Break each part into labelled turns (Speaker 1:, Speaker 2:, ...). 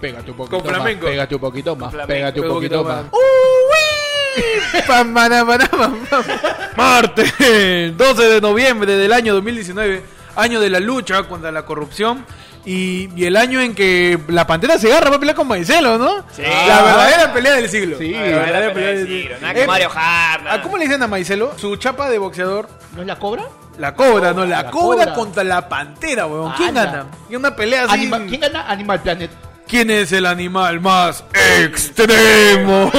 Speaker 1: Pégate un poquito
Speaker 2: Con flamenco.
Speaker 1: más, pégate un poquito más, pégate un poquito más.
Speaker 2: Pam, maná, maná, pam, pam. Martes, 12 de noviembre del año 2019, año de la lucha contra la corrupción. Y, y el año en que la pantera se agarra va a pelear con Maicelo, ¿no?
Speaker 3: Sí.
Speaker 2: La verdadera pelea del siglo.
Speaker 1: Sí.
Speaker 2: La
Speaker 1: La
Speaker 3: Pero
Speaker 2: verdadera
Speaker 3: era
Speaker 2: pelea
Speaker 3: pelea de
Speaker 2: del
Speaker 3: siglo,
Speaker 2: siglo.
Speaker 3: nada que
Speaker 2: Eh,
Speaker 3: Mario Hart, nada.
Speaker 2: ¿a ¿Cómo le dicen a Maicelo? Su chapa de boxeador,
Speaker 4: ¿No es la cobra?
Speaker 2: la cobra, ¿no? La,
Speaker 4: La
Speaker 2: cobra,
Speaker 4: cobra.
Speaker 2: contra la pantera, weón. ¿Quién
Speaker 4: Ala.
Speaker 2: gana? Y una pelea así.
Speaker 4: Anima- ¿Quién gana? Animal Planet.
Speaker 2: ¿Quién es el animal más extremo?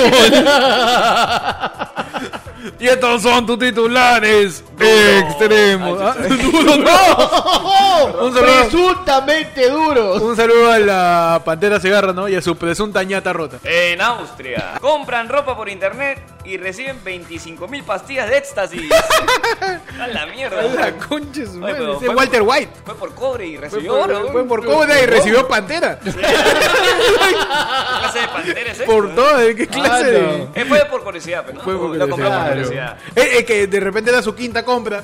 Speaker 2: y estos son tus titulares extremos. ¿ah? Duro, no. un, saludo,
Speaker 4: Presuntamente duro.
Speaker 2: un saludo a la Pantera Segarra, ¿no? Y a su presunta ñata rota.
Speaker 3: En Austria, compran ropa por internet y reciben 25.000 pastillas de éxtasis. A la mierda.
Speaker 2: La concha de su
Speaker 3: Ay,
Speaker 2: madre,
Speaker 3: pero
Speaker 2: ese
Speaker 3: fue-
Speaker 2: Walter White.
Speaker 3: Fue por cobre y recibió
Speaker 2: Fue
Speaker 3: oro.
Speaker 2: por, fue por Cobra y recibió Pantera.
Speaker 3: ¿Qué clase de pantera es esta?
Speaker 2: Por todo, ¿qué
Speaker 4: Ah,
Speaker 2: clase de...?
Speaker 4: no.
Speaker 3: Eh, fue por curiosidad, pero no,
Speaker 2: Fue porque
Speaker 3: lo
Speaker 2: le
Speaker 3: compramos por
Speaker 2: desearon.
Speaker 3: curiosidad.
Speaker 2: Eh, eh, que de repente era su quinta compra.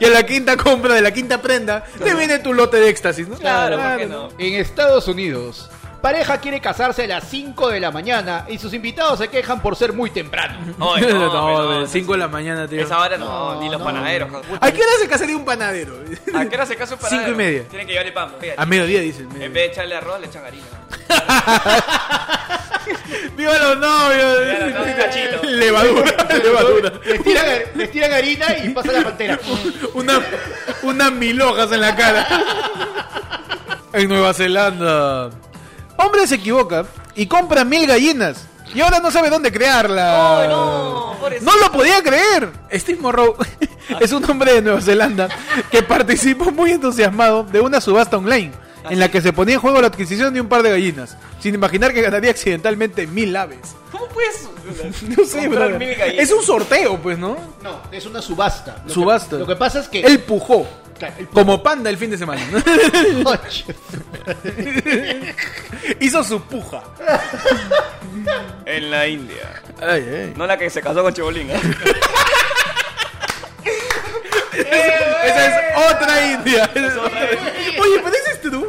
Speaker 2: y a la quinta compra, de la quinta prenda, te viene tu lote de éxtasis, ¿no?
Speaker 3: Claro, ¿por qué no?
Speaker 4: En Estados Unidos, pareja quiere casarse a las 5 de la mañana y sus invitados se quejan por ser muy temprano.
Speaker 3: Ay,
Speaker 2: No,
Speaker 3: pero
Speaker 2: de
Speaker 3: no,
Speaker 2: 5 de la mañana, tío.
Speaker 3: Esa hora no,
Speaker 4: No,
Speaker 3: ni los
Speaker 4: no.
Speaker 3: panaderos. joder.
Speaker 2: ¿A qué hora se casaría un panadero?
Speaker 3: ¿A qué hora se casa un panadero?
Speaker 2: Cinco y media.
Speaker 3: Tienen que llevarle pan. fíjate.
Speaker 2: A mediodía, dicen.
Speaker 3: En vez
Speaker 2: mediodía.
Speaker 3: de echarle arroz, le echan harina.
Speaker 2: ¡Viva los
Speaker 3: Claro, no, un
Speaker 2: novios!
Speaker 3: cachito.
Speaker 2: Levadura, levadura.
Speaker 4: Les tiran, les tiran harina y pasa la pantera.
Speaker 2: Una, unas mil hojas en la cara. En Nueva Zelanda. Hombre se equivoca y compra mil gallinas. Y ahora no sabe dónde crearla.
Speaker 3: Ay, no, pobrecito.
Speaker 2: No lo podía creer. Steve Morrow es un hombre de Nueva Zelanda que participó muy entusiasmado de una subasta online en la que se ponía en juego la adquisición de un par de gallinas, sin imaginar que ganaría accidentalmente mil aves.
Speaker 3: ¿Cómo puedes?
Speaker 2: No sé,
Speaker 3: Comprar
Speaker 2: brother.
Speaker 3: mil gallinas.
Speaker 2: Es un sorteo, pues, ¿no?
Speaker 4: No, es una subasta. Lo que-
Speaker 2: Subasta.
Speaker 4: lo que pasa es que.
Speaker 2: Él pujó.
Speaker 4: Claro, el-
Speaker 2: Como panda el fin de semana. Hizo su puja.
Speaker 3: En la India. No la que se casó con Chibolín. ¿eh?
Speaker 2: Esa es otra India. Esa es otra India. Oye, pero ese es tú.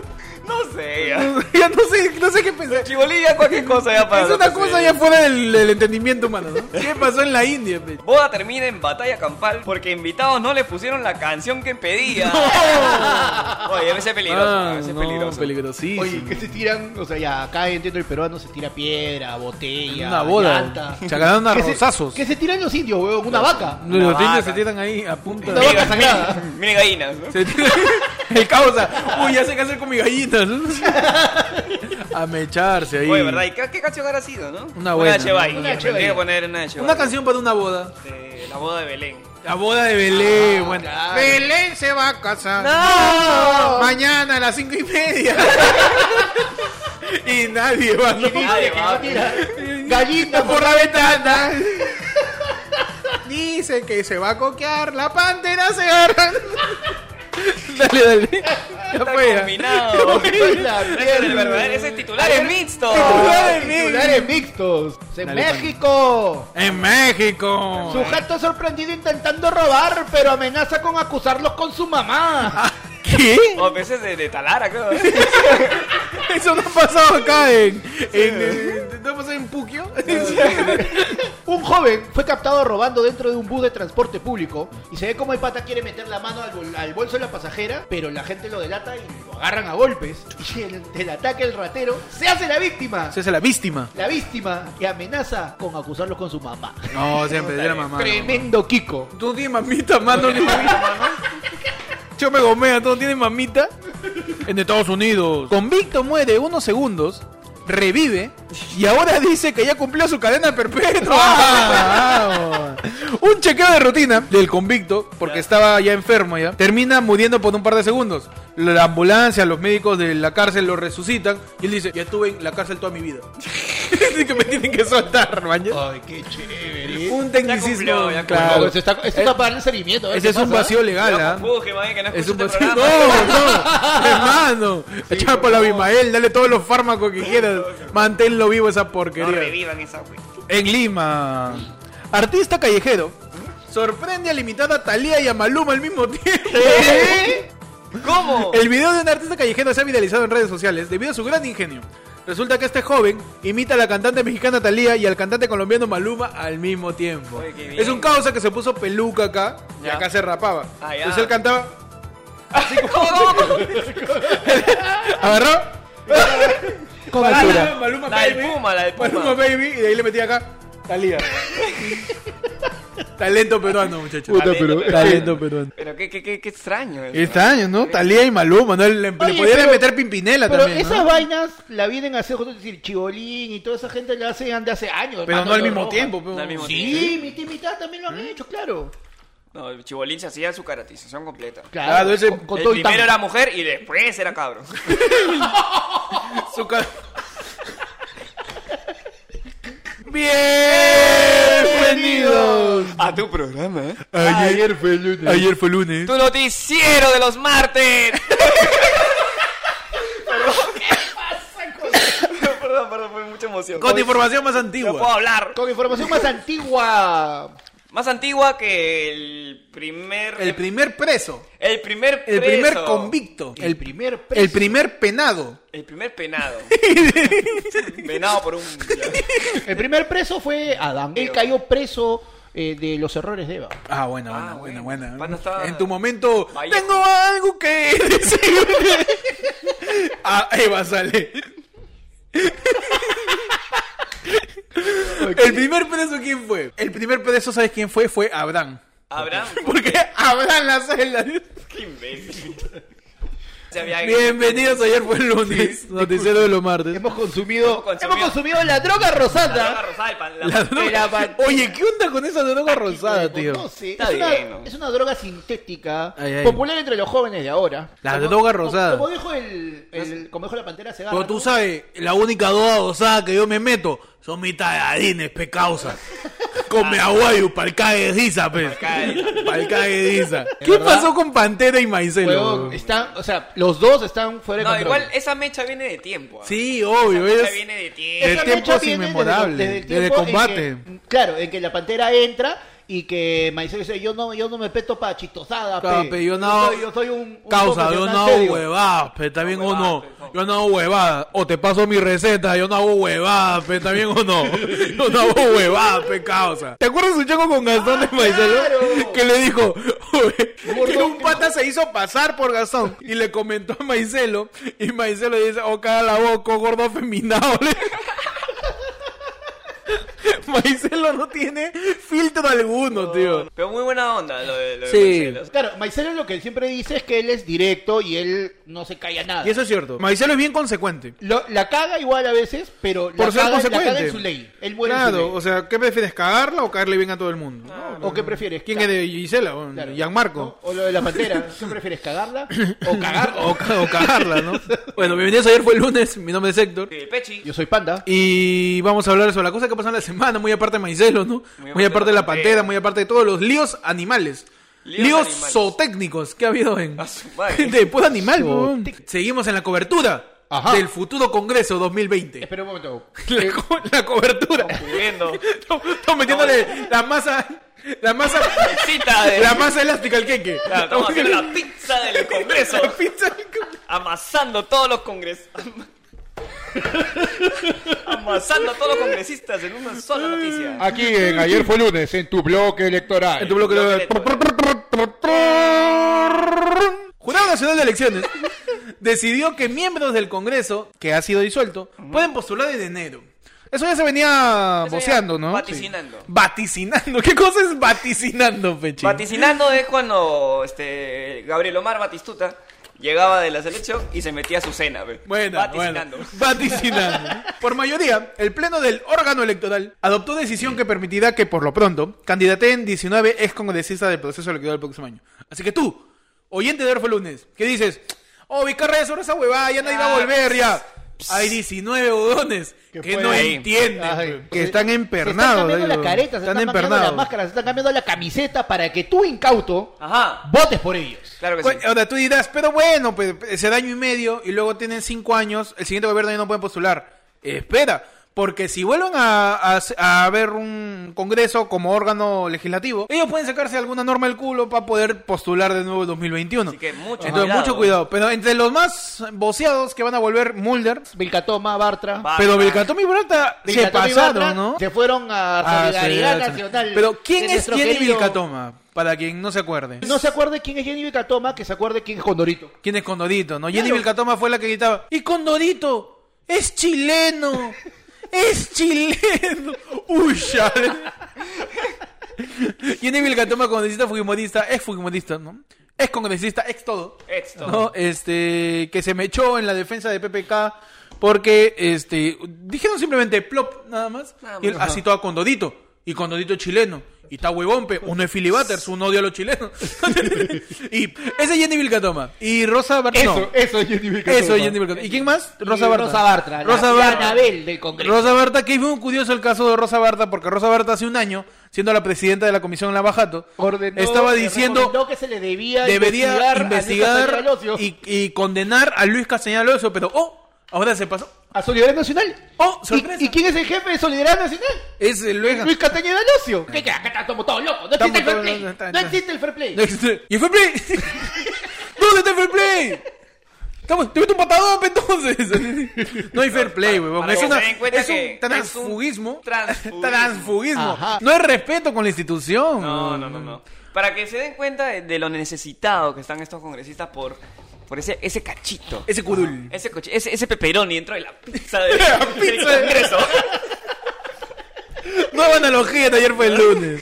Speaker 3: No sé. ya.
Speaker 2: Ya no sé, no sé qué pensar.
Speaker 3: Chibolín ya cualquier cosa ya para.
Speaker 2: Es una cosa ya fuera del, del entendimiento humano, ¿no? ¿Qué pasó en la India, pe?
Speaker 3: Boda termina en batalla campal porque invitados no le pusieron la canción que pedía. Oye, a veces es peligroso. a veces es
Speaker 2: Ah, no,
Speaker 3: peligroso.
Speaker 2: peligrosísimo.
Speaker 4: Oye, que se tiran, o sea, ya acá entiendo el peruano se tira piedra, botella,
Speaker 2: Una boda.
Speaker 4: llanta.
Speaker 2: Se agarraron a
Speaker 4: Que se-
Speaker 2: rozazos.
Speaker 4: Que se tiran los indios, weón, una vaca.
Speaker 2: Los
Speaker 3: Una
Speaker 2: indios
Speaker 3: vaca.
Speaker 2: se tiran ahí a punta
Speaker 4: Una
Speaker 2: de...
Speaker 4: vaca
Speaker 3: Mira,
Speaker 4: sagrada.
Speaker 3: mira, mira gallinas. ¿no?
Speaker 2: Se tiran- El causa. Uy, ya sé qué hacer con mi gallina. ¿no? A mecharse ahí.
Speaker 3: Oye, ¿verdad? ¿Y qué, qué canción habrá sido, no?
Speaker 2: Una buena,
Speaker 3: Una de Chevay.
Speaker 4: ¿no? Una de
Speaker 3: Tendría
Speaker 4: Chevy.
Speaker 3: que poner una de Chevy.
Speaker 2: Una canción para una boda.
Speaker 3: De la boda de Belén.
Speaker 2: La boda de Belén, bueno.
Speaker 4: claro.
Speaker 2: Ah, Belén se va a casar. ¡Ah! Mañana a las cinco y media. y nadie va, ¿no?
Speaker 3: Nadie va.
Speaker 4: Mira, gallina
Speaker 2: por la ventana. Dice que se va a coquear. La pantera se agarra. dale, dale. Ya
Speaker 3: Está
Speaker 2: fue, ya.
Speaker 3: combinado.
Speaker 4: la
Speaker 3: Ese es el
Speaker 4: mierda.
Speaker 3: verdadero. Ese titular es mixto.
Speaker 2: Titulares
Speaker 4: Titulares mixtos. En
Speaker 2: Dale,
Speaker 4: México.
Speaker 2: En México.
Speaker 4: Sujeto sorprendido intentando robar, pero amenaza con acusarlos con su mamá.
Speaker 2: ¿Qué?
Speaker 3: O veces de, de Talara, creo.
Speaker 2: Eso no ha pasado acá en. en, en- ¿No ha pasado en Puquio?
Speaker 4: Un joven fue captado robando dentro de un bus de transporte público y se ve como el pata quiere meter la mano al, bol- al bolso de la pasajera, pero la gente lo delata y lo agarran a golpes. Y el, el ataque el ratero se hace la víctima.
Speaker 2: Se hace la víctima.
Speaker 4: La víctima que amenaza con acusarlos con su mamá.
Speaker 2: No, siempre, de la mamá.
Speaker 4: Tremendo Kiko.
Speaker 2: ¿Tú tienes mamita, mano? Yo me gomea, ¿tú no tienes mamita? En Estados Unidos. Convicto muere unos segundos, revive y ahora dice que ya cumplió su cadena perpetua. un chequeo de rutina del convicto, porque estaba ya enfermo ya, termina muriendo por un par de segundos. La ambulancia, los médicos de la cárcel lo resucitan y él dice, ya estuve en la cárcel toda mi vida. Así que me tienen que soltar, mañana.
Speaker 4: Ay, qué chévere.
Speaker 2: Un tecnicismo.
Speaker 3: Oh, cumplió, ya
Speaker 2: claro.
Speaker 4: No, esto está, esto está para el seguimiento. ¿eh?
Speaker 2: Ese
Speaker 4: ¿Qué
Speaker 2: es un
Speaker 4: pasa?
Speaker 2: vacío legal, ¿ah?
Speaker 3: Fuje, man, que no
Speaker 2: Es un
Speaker 3: escuche este
Speaker 2: vacío. No,
Speaker 3: programa.
Speaker 2: no, hermano. Echá por la Bimael, dale todos los fármacos que quieras. Manténlo vivo esa
Speaker 3: No
Speaker 2: porquería.
Speaker 3: revivan esa, güey.
Speaker 2: En Lima, artista callejero sorprende a limitar a Talía y a Maluma al mismo tiempo.
Speaker 3: ¿Cómo?
Speaker 2: El video de un artista callejero se ha viralizado en redes sociales debido a su gran ingenio. Resulta que este joven imita a la cantante mexicana Talía y al cantante colombiano Maluma al mismo tiempo.
Speaker 3: Oye, qué bien.
Speaker 2: es un causa que se puso peluca acá y
Speaker 3: Ya.
Speaker 2: acá se rapaba.
Speaker 3: Ah, ya.
Speaker 2: Entonces él cantaba,
Speaker 3: ¿Cómo, cómo, cómo?
Speaker 2: agarró,
Speaker 4: Con
Speaker 2: paraba,
Speaker 4: altura.
Speaker 2: Maluma
Speaker 3: La del
Speaker 2: Baby,
Speaker 3: Puma, la del Puma.
Speaker 2: Maluma Baby y de ahí le metía acá Talía. Talento peruano, muchachos.
Speaker 1: Puta, pero-
Speaker 2: Talento peruano.
Speaker 3: Pero qué, qué, qué, qué extraño. eso.
Speaker 2: Extraño, ¿no? Talía y Maluma, ¿no? Le, le
Speaker 4: Oye,
Speaker 2: podrían
Speaker 4: pero-
Speaker 2: meter Pimpinela
Speaker 4: Pero
Speaker 2: también, ¿no?
Speaker 4: esas vainas la vienen a hacer, justo decir, Chibolín y toda esa gente la hacen de hace años.
Speaker 2: Pero
Speaker 4: hermano,
Speaker 2: no al
Speaker 4: lo
Speaker 2: mismo
Speaker 4: roban.
Speaker 2: tiempo, pero-
Speaker 3: No, al mismo tiempo.
Speaker 4: Sí, mi tía y mi tía también lo han hecho, claro.
Speaker 3: No, el Chibolín se hacía su caracterización completa.
Speaker 2: Claro, ese-
Speaker 4: con, con
Speaker 3: el
Speaker 4: todo y
Speaker 3: primero
Speaker 4: tan.
Speaker 3: era mujer y después era cabro.
Speaker 2: Su ca- Bienvenidos.
Speaker 3: A tu programa, ¿eh?
Speaker 1: Ayer fue el lunes.
Speaker 2: Ayer fue lunes.
Speaker 3: Tu noticiero de los martes. perdón, perdón, perdón, fue mucha emoción.
Speaker 2: Con información más
Speaker 3: No puedo
Speaker 2: antigua.
Speaker 3: hablar.
Speaker 4: Con información más antigua.
Speaker 3: Más antigua que el primer.
Speaker 2: El primer preso.
Speaker 3: el primer.
Speaker 2: El
Speaker 3: preso.
Speaker 2: primer convicto.
Speaker 4: El primer preso.
Speaker 2: El primer penado.
Speaker 3: El primer penado. penado por un.
Speaker 4: El primer preso fue Adán. Él cayó preso eh, de los errores de Eva.
Speaker 2: Ah, bueno, bueno,
Speaker 3: Ah,
Speaker 2: bueno,
Speaker 3: bueno.
Speaker 2: bueno.
Speaker 3: Pana estaba-
Speaker 2: En tu momento,
Speaker 3: Vaya.
Speaker 2: tengo algo que decir. ah, Eva sale. El primer preso, ¿quién fue? El primer preso, ¿sabes quién fue? Fue Abraham.
Speaker 3: Abraham.
Speaker 2: Porque Abraham la celda.
Speaker 3: Qué imbécil. Se había-
Speaker 2: Bienvenidos, ayer fue el lunes. Noticiero de los martes.
Speaker 4: Hemos consumido,
Speaker 3: Hemos consumido-
Speaker 4: hemos consumido la droga
Speaker 3: La droga
Speaker 4: rosada.
Speaker 3: rosada, el pan- la-
Speaker 2: La
Speaker 4: Era
Speaker 2: droga-
Speaker 4: pan-
Speaker 2: Oye, ¿qué onda con esa droga rosada, tío?
Speaker 4: No sé,
Speaker 3: Está
Speaker 4: es, una,
Speaker 3: bien, ¿no?
Speaker 4: es una droga sintética
Speaker 2: Ay, ay.
Speaker 4: popular entre los jóvenes de ahora.
Speaker 2: La droga
Speaker 4: como-
Speaker 2: rosada.
Speaker 4: Como dijo el, el- como dijo la pantera se
Speaker 2: Pero tú sabes, la única duda osada que yo me meto son mis talladines, pe causa. Come aguayo, pa'l cague de Isa, pe.
Speaker 3: cague.
Speaker 2: Pa'l cague de Isa. ¿Qué
Speaker 4: verdad?
Speaker 2: pasó con Pantera y Maicelo?
Speaker 4: están, o sea, los dos están fuera de
Speaker 3: No,
Speaker 4: control.
Speaker 3: igual esa mecha viene de tiempo. ¿ah?
Speaker 2: Sí, obvio,
Speaker 3: Esa
Speaker 2: es
Speaker 3: mecha viene de
Speaker 2: de
Speaker 3: tiempo.
Speaker 4: Esa
Speaker 2: tiempos
Speaker 4: mecha viene
Speaker 2: inmemorables,
Speaker 4: el
Speaker 2: desde
Speaker 4: tiempo en
Speaker 2: combate.
Speaker 4: que- claro, en que la pantera entra y que Maicel dice, yo no, yo no me peto pa' chitosada,
Speaker 2: Claro,
Speaker 4: pe.
Speaker 2: pe, yo no-
Speaker 4: soy, yo soy un, un
Speaker 2: Causa, yo
Speaker 4: profesional
Speaker 2: no
Speaker 4: serio".
Speaker 2: hago huevadas, pero también o
Speaker 3: No
Speaker 2: no.
Speaker 3: huevadas, pe, no.
Speaker 2: Yo no hago huevadas. O te paso mi receta, yo no hago huevadas, pero también o no. Yo no hago huevadas, pe causa. ¿Te acuerdas un chaco con Gastón de Maicelo?
Speaker 4: claro.
Speaker 2: Que le dijo,
Speaker 4: Gordo,
Speaker 2: que un
Speaker 4: que
Speaker 2: pata se hizo pasar por Gastón. Y le comentó a Maicelo. Y Maicelo dice, oh, caga la boca, gordo afeminado. le- Maicelo no tiene filtro alguno, tío.
Speaker 3: Pero muy buena onda lo de, lo de
Speaker 2: Sí.
Speaker 3: Marcelo.
Speaker 4: Claro, Maicel lo que siempre dice es que él es directo y él no se calla nada.
Speaker 2: Y eso es cierto. Maicelo es bien consecuente.
Speaker 4: Lo- la caga igual a veces, pero
Speaker 2: Por
Speaker 4: la,
Speaker 2: ser
Speaker 4: caga, la
Speaker 2: consecuente.
Speaker 4: caga en su ley. Él muere en su
Speaker 2: Claro,
Speaker 4: ley.
Speaker 2: o sea, ¿qué prefieres? ¿Cagarla o caerle bien a todo el mundo?
Speaker 3: Ah.
Speaker 4: ¿O qué prefieres?
Speaker 2: ¿Quién es de Gisela? o
Speaker 4: Claro.
Speaker 2: Gianmarco.
Speaker 4: ¿No? O lo de la pantera. ¿Tú prefieres cagarla o cagarla?
Speaker 2: O, ca- o cagarla, ¿no? bueno, bienvenidos ayer fue el lunes, mi nombre es Héctor.
Speaker 3: Sí, el Pechi.
Speaker 4: Yo soy panda.
Speaker 2: Y vamos a hablar sobre las cosas que pasan en la semana, muy aparte de Maicelo, ¿no? Muy, aparte de la pantera, muy aparte de todos los líos animales. Líos,
Speaker 3: Líos animales.
Speaker 2: zootécnicos que ha habido en...
Speaker 3: A su madre.
Speaker 2: De puro animal, weón.
Speaker 4: Zootec-
Speaker 2: Seguimos en la cobertura
Speaker 4: Ajá.
Speaker 2: del futuro Congreso 2020.
Speaker 4: Espera un momento.
Speaker 2: La, co- la cobertura.
Speaker 3: Cubriendo.
Speaker 2: Estamos metiéndole la masa... La masa...
Speaker 3: Pizzita de.
Speaker 2: La masa elástica al queque.
Speaker 3: Claro, estamos haciendo la pizza del Congreso.
Speaker 2: La pizza del Congreso.
Speaker 3: amasando todos los congres. amasando a todos los congresistas en una sola
Speaker 2: Ah,
Speaker 3: noticia.
Speaker 1: Aquí en Ayer fue el lunes, en tu bloque electoral.
Speaker 2: En tu bloque
Speaker 3: bloque
Speaker 2: Jurado Nacional de Elecciones decidió que miembros del Congreso, que ha sido disuelto, pueden postular en enero. Eso ya se venía
Speaker 3: Eso ya
Speaker 2: voceando, ¿no?
Speaker 3: vaticinando.
Speaker 2: Sí. Vaticinando. ¿Qué cosa es vaticinando, Pechi?
Speaker 3: Vaticinando es cuando este Gabriel Omar Batistuta llegaba de la selección y se metía a su cena, ve.
Speaker 2: Bueno,
Speaker 3: Vaticinando.
Speaker 2: bueno, vaticinando. Por mayoría, el Pleno del órgano electoral adoptó decisión que permitirá que, por lo pronto, candidateen 19 ex congresistas del proceso electoral del próximo año. Así que tú, oyente de Orfeo Lunes, ¿qué dices? Oh, Vizcarra sobre esa huevada, ya nadie va a volver, ya. Hay 19 bodones que,
Speaker 4: pueden-
Speaker 2: no
Speaker 3: Ahí.
Speaker 2: entienden,
Speaker 4: Ay,
Speaker 2: pues, que están empernados.
Speaker 4: Se están cambiando
Speaker 2: digo,
Speaker 4: la careta, se están, cambiando las máscaras, se están cambiando la camiseta para que tú, incauto,
Speaker 3: Ajá.
Speaker 4: votes por ellos.
Speaker 3: Claro que
Speaker 2: Bueno,
Speaker 3: sí.
Speaker 2: Ahora Pues, tú dirás, pero bueno, pues ese año y medio y luego tienen cinco años, el siguiente gobierno ya no pueden postular. Espera, Porque si vuelven a, a- a ver un congreso como órgano legislativo, ellos pueden sacarse alguna norma del culo para poder postular de nuevo en 2021.
Speaker 3: Así que mucho
Speaker 2: Entonces,
Speaker 3: cuidado. eh.
Speaker 2: mucho cuidado. Pero entre los más voceados que van a volver, Mulder.
Speaker 4: Vilcatoma, Bartra.
Speaker 3: Va-
Speaker 2: Pero Vilcatoma y Brata se
Speaker 4: Vilcatoma y
Speaker 2: pasaron,
Speaker 4: Bartra
Speaker 2: ¿no?
Speaker 4: Se fueron a
Speaker 2: Ah,
Speaker 4: Solidaridad
Speaker 2: Solidaridad
Speaker 4: Nacional.
Speaker 2: Pero ¿quién
Speaker 4: de
Speaker 2: es
Speaker 4: nuestro
Speaker 2: Jenny
Speaker 4: querido-
Speaker 2: Vilcatoma? Para quien no se acuerde.
Speaker 4: No se acuerde quién es Jenny Vilcatoma, que se acuerde quién es Condorito.
Speaker 2: ¿Quién es Condorito? No, Jenny Vilcatoma fue la que gritaba, ¡Y Condorito! ¡Es chileno! ¡Es chileno! ¡Uy, ya! Jenny Vilcatoma, congresista fujimorista, es fujimorista, ¿no? Es congresista, ex todo.
Speaker 3: Ex todo.
Speaker 2: ¿no? Este, que se me echó en la defensa de PPK porque, este, dijeron simplemente plop, nada más.
Speaker 3: Nada
Speaker 2: y él
Speaker 3: más.
Speaker 2: ha citado a Condorito. Y Condorito es chileno. Y está huevón, pe. Uno es Philly Butters, uno odia a los chilenos. y ese es Jenny Vilcatoma. Y Rosa Bartra.
Speaker 1: Eso,
Speaker 2: no.
Speaker 1: eso es Jenny Vilcatoma.
Speaker 2: Eso es Jenny Vilcatoma. ¿Y quién más? Rosa
Speaker 4: Y
Speaker 2: Bartra.
Speaker 4: Rosa Bartra.
Speaker 2: Rosa
Speaker 4: la, la
Speaker 2: Bartra.
Speaker 4: Anabel del Congreso.
Speaker 2: Rosa Barta, que es muy curioso el caso de Rosa Barta, porque Rosa Barta hace un año, siendo la presidenta de la Comisión Lavajato,
Speaker 4: Ordenó- recomendó
Speaker 2: estaba diciendo
Speaker 4: que se le debía
Speaker 2: debería
Speaker 4: a Luis
Speaker 2: investigar
Speaker 4: Castañeda del Ocio.
Speaker 2: y, y condenar a Luis Castañeda del Ocio, pero oh, ahora se pasó.
Speaker 4: a Solidaridad Nacional.
Speaker 2: Oh,
Speaker 4: ¿Y-
Speaker 2: sorpresa.
Speaker 4: ¿Y, quién es el jefe de Solidaridad Nacional?
Speaker 2: Es el Luis
Speaker 4: Luis Castañeda del Ocio. ¿Qué queda? Acá estamos todos locos. No
Speaker 2: Estamos
Speaker 4: existe el fair play.
Speaker 2: todos locos, está-
Speaker 4: No
Speaker 2: está-
Speaker 4: existe el fair play.
Speaker 2: No existe- ¿Y el fair play? ¿Dónde está el fair play? Estamos- Te meto un patadón, pe, entonces. No hay fair play, huevón.
Speaker 3: para
Speaker 2: Es,
Speaker 3: que
Speaker 2: una,
Speaker 3: se den cuenta
Speaker 2: es un
Speaker 3: que
Speaker 2: transfugismo.
Speaker 3: es un transfugismo.
Speaker 2: Transfugismo.
Speaker 4: Ajá.
Speaker 2: No hay respeto con la institución.
Speaker 3: No, no, no, no. Para que se den cuenta de, de lo necesitado que están estos congresistas por, por ese, ese cachito.
Speaker 2: Ese cudul.
Speaker 3: Ese, coche- ese, ese peperoni dentro de la pizza, de, del Congreso.
Speaker 2: Nueva analogía de ayer fue el lunes.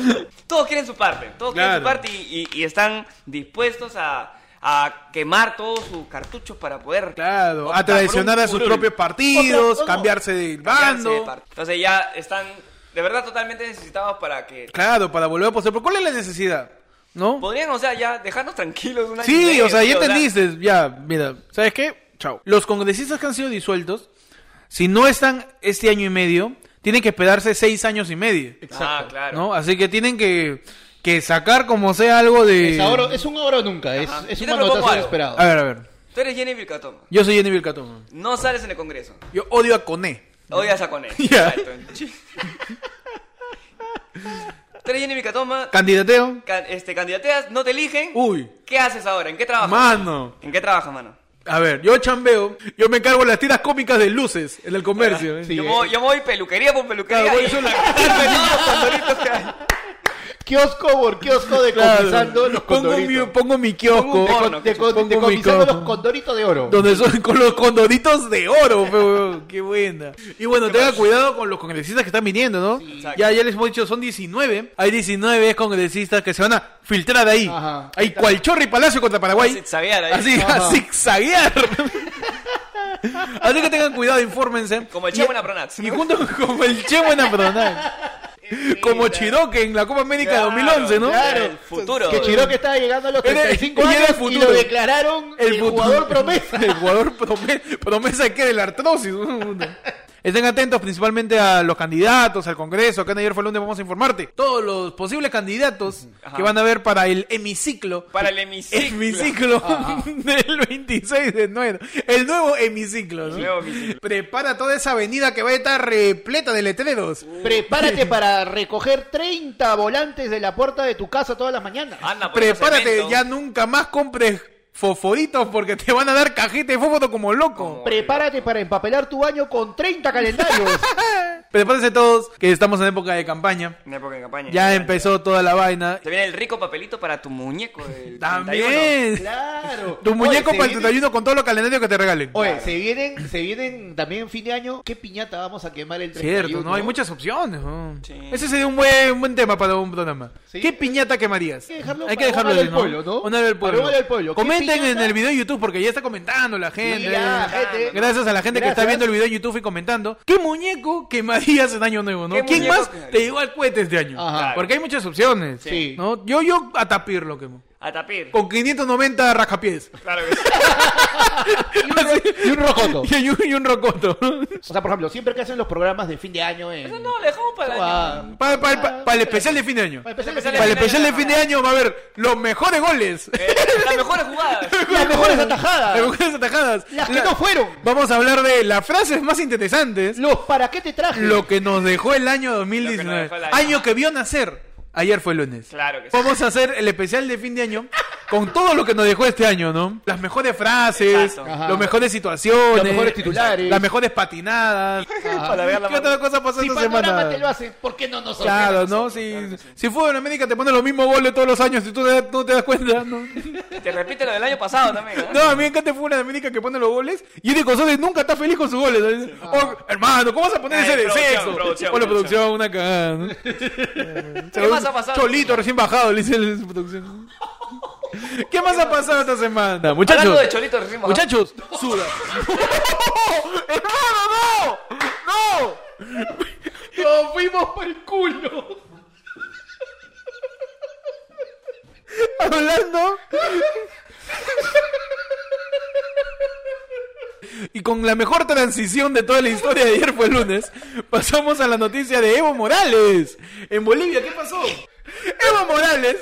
Speaker 3: Todos quieren su parte, todos quieren su
Speaker 2: Claro.
Speaker 3: parte y, y- y están dispuestos a, a quemar todos sus cartuchos para poder
Speaker 2: Claro. A
Speaker 3: optar por
Speaker 2: traicionar
Speaker 3: un
Speaker 2: a sus
Speaker 3: curul.
Speaker 2: propios partidos,
Speaker 4: Otra-
Speaker 2: cambiarse de
Speaker 3: Cambiarse de
Speaker 2: bando.
Speaker 3: parte. Entonces ya están de verdad totalmente necesitados para que
Speaker 2: Claro, para volver a postear. ¿Pero cuál es la necesidad? ¿No?
Speaker 3: podrían, o sea, ya dejarnos tranquilos un año y
Speaker 2: Sí,
Speaker 3: medio,
Speaker 2: o sea, ya
Speaker 3: tío,
Speaker 2: entendiste. Ya, mira, ¿sabes qué? Chao. Los congresistas que han sido disueltos, si no están este año y medio, tienen que esperarse seis años y medio.
Speaker 3: Ah, claro.
Speaker 2: ¿No? Así que tienen que, que sacar como sea algo de.
Speaker 4: Es, ahora- es un oro nunca. Es,
Speaker 3: Ajá.
Speaker 4: es
Speaker 3: Yo
Speaker 4: una
Speaker 3: te propongo
Speaker 4: anotación
Speaker 3: algo.
Speaker 4: esperada.
Speaker 2: A ver, a ver.
Speaker 3: Tú eres Jenny Vilcatoma.
Speaker 2: Yo soy Jenny Vilcatón.
Speaker 3: No sales en el Congreso.
Speaker 2: Yo odio a Coné.
Speaker 3: Odias a Coné.
Speaker 2: Ya.
Speaker 3: Exacto. Chi- Tú eres Jenny Vilcatoma.
Speaker 2: Candidateo.
Speaker 3: can- este, candidateas, no te eligen.
Speaker 2: Uy.
Speaker 3: ¿Qué haces ahora? ¿En qué trabajas?
Speaker 2: Mano.
Speaker 3: ¿En qué trabajas, mano?
Speaker 2: A ver, yo chambeo. Yo me encargo de las tiras cómicas de luces en el comercio. ¿eh?
Speaker 4: Sí,
Speaker 3: yo,
Speaker 4: eh.
Speaker 3: me voy, yo me voy peluquería por peluquería.
Speaker 2: Claro, voy
Speaker 3: y-
Speaker 2: solo.
Speaker 4: Kiosco por kiosco
Speaker 2: Claro.
Speaker 4: decomisando los
Speaker 2: pongo, mi,
Speaker 4: condoritos.
Speaker 2: pongo mi kiosco.
Speaker 3: Pongo un
Speaker 4: Deco- deco-
Speaker 2: Pongo mi
Speaker 4: Decomisando
Speaker 2: kiosco.
Speaker 4: los condoritos de oro.
Speaker 2: Donde son con los condoritos de oro, pe, weón. Qué buena. Y bueno, tenga cuidado con los congresistas que están viniendo, ¿no?
Speaker 3: Exacto.
Speaker 2: ya, ya les hemos dicho, son 19. Hay 19 congresistas que se van a filtrar de ahí.
Speaker 4: Ajá.
Speaker 2: Hay Cualchorri y Palacio contra Paraguay.
Speaker 3: A zigzaguear ahí.
Speaker 2: Así, a
Speaker 4: Ajá.
Speaker 2: zigzaguear. Así que tengan cuidado, infórmense.
Speaker 3: Como el
Speaker 2: Y-
Speaker 3: Che Buenapronats,
Speaker 2: Y
Speaker 3: ¿no?
Speaker 2: junto como el Che Buenapronats. Como Chiroque en la Copa América
Speaker 3: Claro,
Speaker 2: 2011, ¿no?
Speaker 3: claro, el futuro.
Speaker 4: Que Chiroque estaba llegando a los
Speaker 2: Era-
Speaker 4: 35
Speaker 2: y era el
Speaker 4: años y
Speaker 2: futuro.
Speaker 4: lo declararon el,
Speaker 2: futuro-
Speaker 4: jugador promesa.
Speaker 2: El jugador prome- promesa que era el artrosis. Estén atentos principalmente a los candidatos, al Congreso. Acá en ayer fue el lunes, vamos a informarte. Todos los posibles candidatos
Speaker 3: Ajá.
Speaker 2: que van a ver para el hemiciclo.
Speaker 3: Para el hemiciclo.
Speaker 2: Hemiciclo del 26 de nuevo. El nuevo hemiciclo. ¿no?
Speaker 3: El nuevo hemiciclo.
Speaker 2: Prepara toda esa avenida que va a estar repleta de letreros.
Speaker 3: Uh,
Speaker 4: Prepárate para recoger 30 volantes de la puerta de tu casa todas las mañanas.
Speaker 3: Anda, por ese
Speaker 2: Prepárate,
Speaker 3: ah, cemento.
Speaker 2: ya nunca más compres foforitos porque te van a dar cajita de fósforo como loco.
Speaker 4: Prepárate para empapelar tu baño con 30 calendarios.
Speaker 2: Prepárense todos, que estamos en época de campaña.
Speaker 3: En época de campaña.
Speaker 2: Ya empezó toda la vaina.
Speaker 3: Se viene el rico papelito para tu muñeco. del 31.
Speaker 2: También.
Speaker 4: claro.
Speaker 2: Tu
Speaker 4: Oye,
Speaker 2: muñeco
Speaker 4: se
Speaker 2: para el
Speaker 4: viene-
Speaker 2: 31 con todos los calendarios que te regalen.
Speaker 4: Oye, se vienen, se vienen también fin de año. ¿Qué piñata vamos a quemar el 31?
Speaker 2: Cierto, ¿no? Hay muchas opciones. ¿no?
Speaker 3: Sí.
Speaker 2: Ese sería un buen, un buen tema para un programa.
Speaker 4: Sí.
Speaker 2: ¿Qué piñata quemarías?
Speaker 4: Hay que dejarlo
Speaker 2: Hay que
Speaker 4: para
Speaker 2: dejarlo
Speaker 4: un
Speaker 2: ahí,
Speaker 4: área del pueblo, ¿no?
Speaker 2: Un área del
Speaker 4: Para
Speaker 2: pueblo.
Speaker 4: un área del pueblo. ¿Qué
Speaker 2: Comenten en
Speaker 4: piñata?
Speaker 2: el video de YouTube porque ya está comentando la gente.
Speaker 4: Mira, gente.
Speaker 2: Gracias a la gente que está
Speaker 4: Gracias.
Speaker 2: viendo el video de YouTube y comentando. ¿Qué muñeco quemarías en Año Nuevo, no?
Speaker 3: ¿Qué
Speaker 2: ¿Quién
Speaker 3: muñeco
Speaker 2: más
Speaker 3: quemarías?
Speaker 2: te llegó al cohete este año?
Speaker 4: Ajá.
Speaker 2: Porque hay muchas opciones.
Speaker 4: Sí.
Speaker 2: ¿no? Yo, yo a tapir lo quemo.
Speaker 3: A tapir.
Speaker 2: Con 590 rascapiés.
Speaker 3: Claro que sí.
Speaker 4: Y un rocoto.
Speaker 2: Y un, y un rocoto.
Speaker 4: O sea, por ejemplo, siempre que hacen los programas de fin de año en...
Speaker 3: Eso no, lo dejamos para el año.
Speaker 4: Ah,
Speaker 2: Para el especial de fin de año.
Speaker 4: para empezar,
Speaker 3: Para
Speaker 2: Para el especial de fin de año va a haber los mejores goles.
Speaker 3: Eh, las mejores jugadas.
Speaker 4: Las mejores atajadas.
Speaker 2: Las mejores atajadas.
Speaker 4: Las que
Speaker 2: La-
Speaker 4: no fueron.
Speaker 2: Vamos a hablar de las frases más interesantes.
Speaker 4: Los para qué te traje.
Speaker 2: Lo que nos dejó el
Speaker 3: Lo que
Speaker 2: año
Speaker 3: nos
Speaker 2: 2019.
Speaker 3: dejó el año.
Speaker 2: Año que vio nacer. Ayer fue lunes.
Speaker 3: Claro que sí.
Speaker 2: Vamos a hacer el especial de fin de año con todo lo que nos dejó este año, ¿no? Las mejores frases,
Speaker 3: Exacto.
Speaker 4: Ajá.
Speaker 2: las mejores situaciones,
Speaker 4: Los mejores titulares.
Speaker 2: las mejores patinadas.
Speaker 3: Para ver la
Speaker 2: ¿Qué otra cosa pasó
Speaker 4: si
Speaker 2: esta
Speaker 4: Panorama
Speaker 2: semana?
Speaker 4: te lo hace, ¿por qué no nosotros?
Speaker 2: Claro, ¿no? Si, si Fútbol en América te pone los mismos goles todos los años, si tú te- no te das cuenta, ¿no?
Speaker 3: Te repite lo del año pasado también. ¿eh?
Speaker 2: No, a mí me encanta Fútbol en América que pone los goles y Eric Osorio nunca está feliz con sus goles. ¿no? Oh, hermano, ¿cómo vas a poner
Speaker 3: Ay,
Speaker 2: ese de
Speaker 3: producción,
Speaker 2: sexo?
Speaker 3: producción,
Speaker 2: O la
Speaker 3: producción.
Speaker 2: producción, una cagada, ¿no?
Speaker 3: ¿Qué más ha pasado?
Speaker 2: Cholito recién bajado, le dice el- su producción. ¿Qué más ha pasado esta semana?
Speaker 3: Hablando
Speaker 2: Muchachos,
Speaker 3: de Cholito recién bajado.
Speaker 2: muchachos, suda. ¡Hermano, no! ¡No!
Speaker 4: Nos fuimos por el culo.
Speaker 2: hablando. Y con la mejor transición de toda la historia de ayer fue el lunes, pasamos a la noticia de Evo Morales. En Bolivia, ¿qué pasó? Evo Morales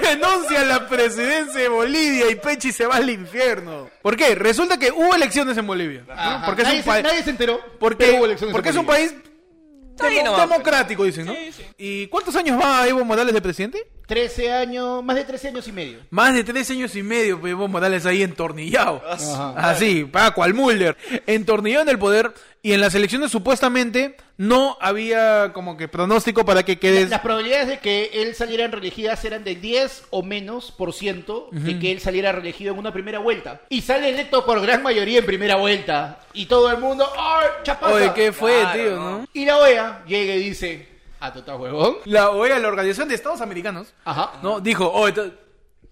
Speaker 2: renuncia a la presidencia de Bolivia y Pechi se va al infierno. ¿Por qué? Resulta que hubo elecciones en Bolivia.
Speaker 4: Ajá.
Speaker 2: Porque es
Speaker 4: nadie,
Speaker 2: un
Speaker 4: se,
Speaker 2: país...
Speaker 4: nadie se enteró. pero
Speaker 2: Porque,
Speaker 4: hubo elecciones
Speaker 2: porque
Speaker 4: en
Speaker 2: es un
Speaker 4: Bolivia.
Speaker 2: país
Speaker 3: Está bien
Speaker 2: demo-
Speaker 3: nomás, pues.
Speaker 2: democrático, dicen, ¿no?
Speaker 3: Sí, sí.
Speaker 2: ¿Y cuántos años va Evo Morales de presidente?
Speaker 4: 13 años, más de 13 años y medio.
Speaker 2: Más de tres años y medio, pues Evo Morales ahí entornillado.
Speaker 3: Ah,
Speaker 4: Ajá.
Speaker 2: Así, para cual Mulder. Entornillado en el poder y en las elecciones supuestamente no había como que pronóstico para que quedes.
Speaker 4: Las probabilidades de que él saliera reelegidas eran del 10 o menos por ciento de que él saliera reelegido en una primera vuelta. Y sale electo por gran mayoría en primera vuelta. Y todo el mundo, ¡ah, chapaza!
Speaker 2: Oye, ¿qué fue,
Speaker 3: Claro,
Speaker 2: tío,
Speaker 3: ¿no?
Speaker 2: no?
Speaker 4: Y la OEA llega y dice, ¿a tú estás huevón?
Speaker 2: La OEA, la Organización de Estados Americanos,
Speaker 4: Ajá,
Speaker 2: no dijo, oye, to-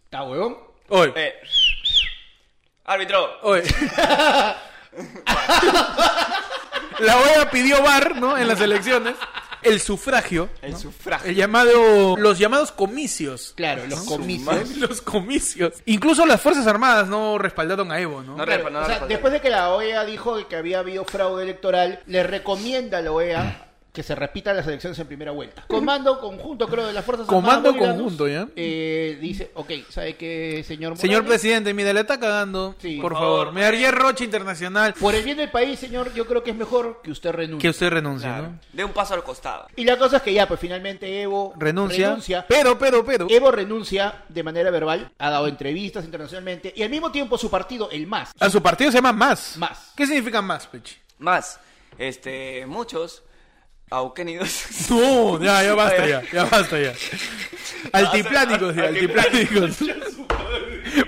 Speaker 4: ¿estás huevón?
Speaker 2: oye,
Speaker 3: Eh. Árbitro.
Speaker 2: oye. la OEA pidió bar, ¿no? En las elecciones. El sufragio,
Speaker 3: El sufragio.
Speaker 2: el llamado, los llamados comicios.
Speaker 4: Claro, los comicios.
Speaker 2: Más los comicios. Incluso las Fuerzas Armadas no respaldaron a Evo, ¿no?
Speaker 3: No.
Speaker 4: Claro,
Speaker 3: repa-
Speaker 4: o sea,
Speaker 3: repa-
Speaker 4: después de que la OEA dijo que había habido fraude electoral, le recomienda a la OEA que se repitan las elecciones en primera vuelta. Comando conjunto, creo, de las Fuerzas
Speaker 2: Comando
Speaker 4: Armadas bolivianas,
Speaker 2: conjunto, ¿ya?
Speaker 4: eh, dice, ok, ¿sabe qué, señor
Speaker 2: Señor
Speaker 4: Morales?
Speaker 2: presidente, mira, le está cagando.
Speaker 4: Sí.
Speaker 2: por
Speaker 3: Por
Speaker 2: favor,
Speaker 3: favor.
Speaker 2: me haría Roche Internacional
Speaker 4: Por el bien del país, señor, yo creo que es mejor que usted renuncie.
Speaker 2: que usted renuncie,
Speaker 3: Claro.
Speaker 2: ¿no?
Speaker 3: De un paso al costado.
Speaker 4: Y la cosa es que ya, pues finalmente Evo
Speaker 2: Renuncia, Pero, pero, pero.
Speaker 4: Evo renuncia de manera verbal, ha dado entrevistas internacionalmente y al mismo tiempo su partido, el MAS,
Speaker 2: A su partido se llama Más.
Speaker 4: Más.
Speaker 2: Ah, ¿Qué significa Más, Pechi?
Speaker 3: Más, este, muchos auquénidos.
Speaker 2: No, ya, ya basta ya, ya basta ya. Altipláticos, ya, altipláticos.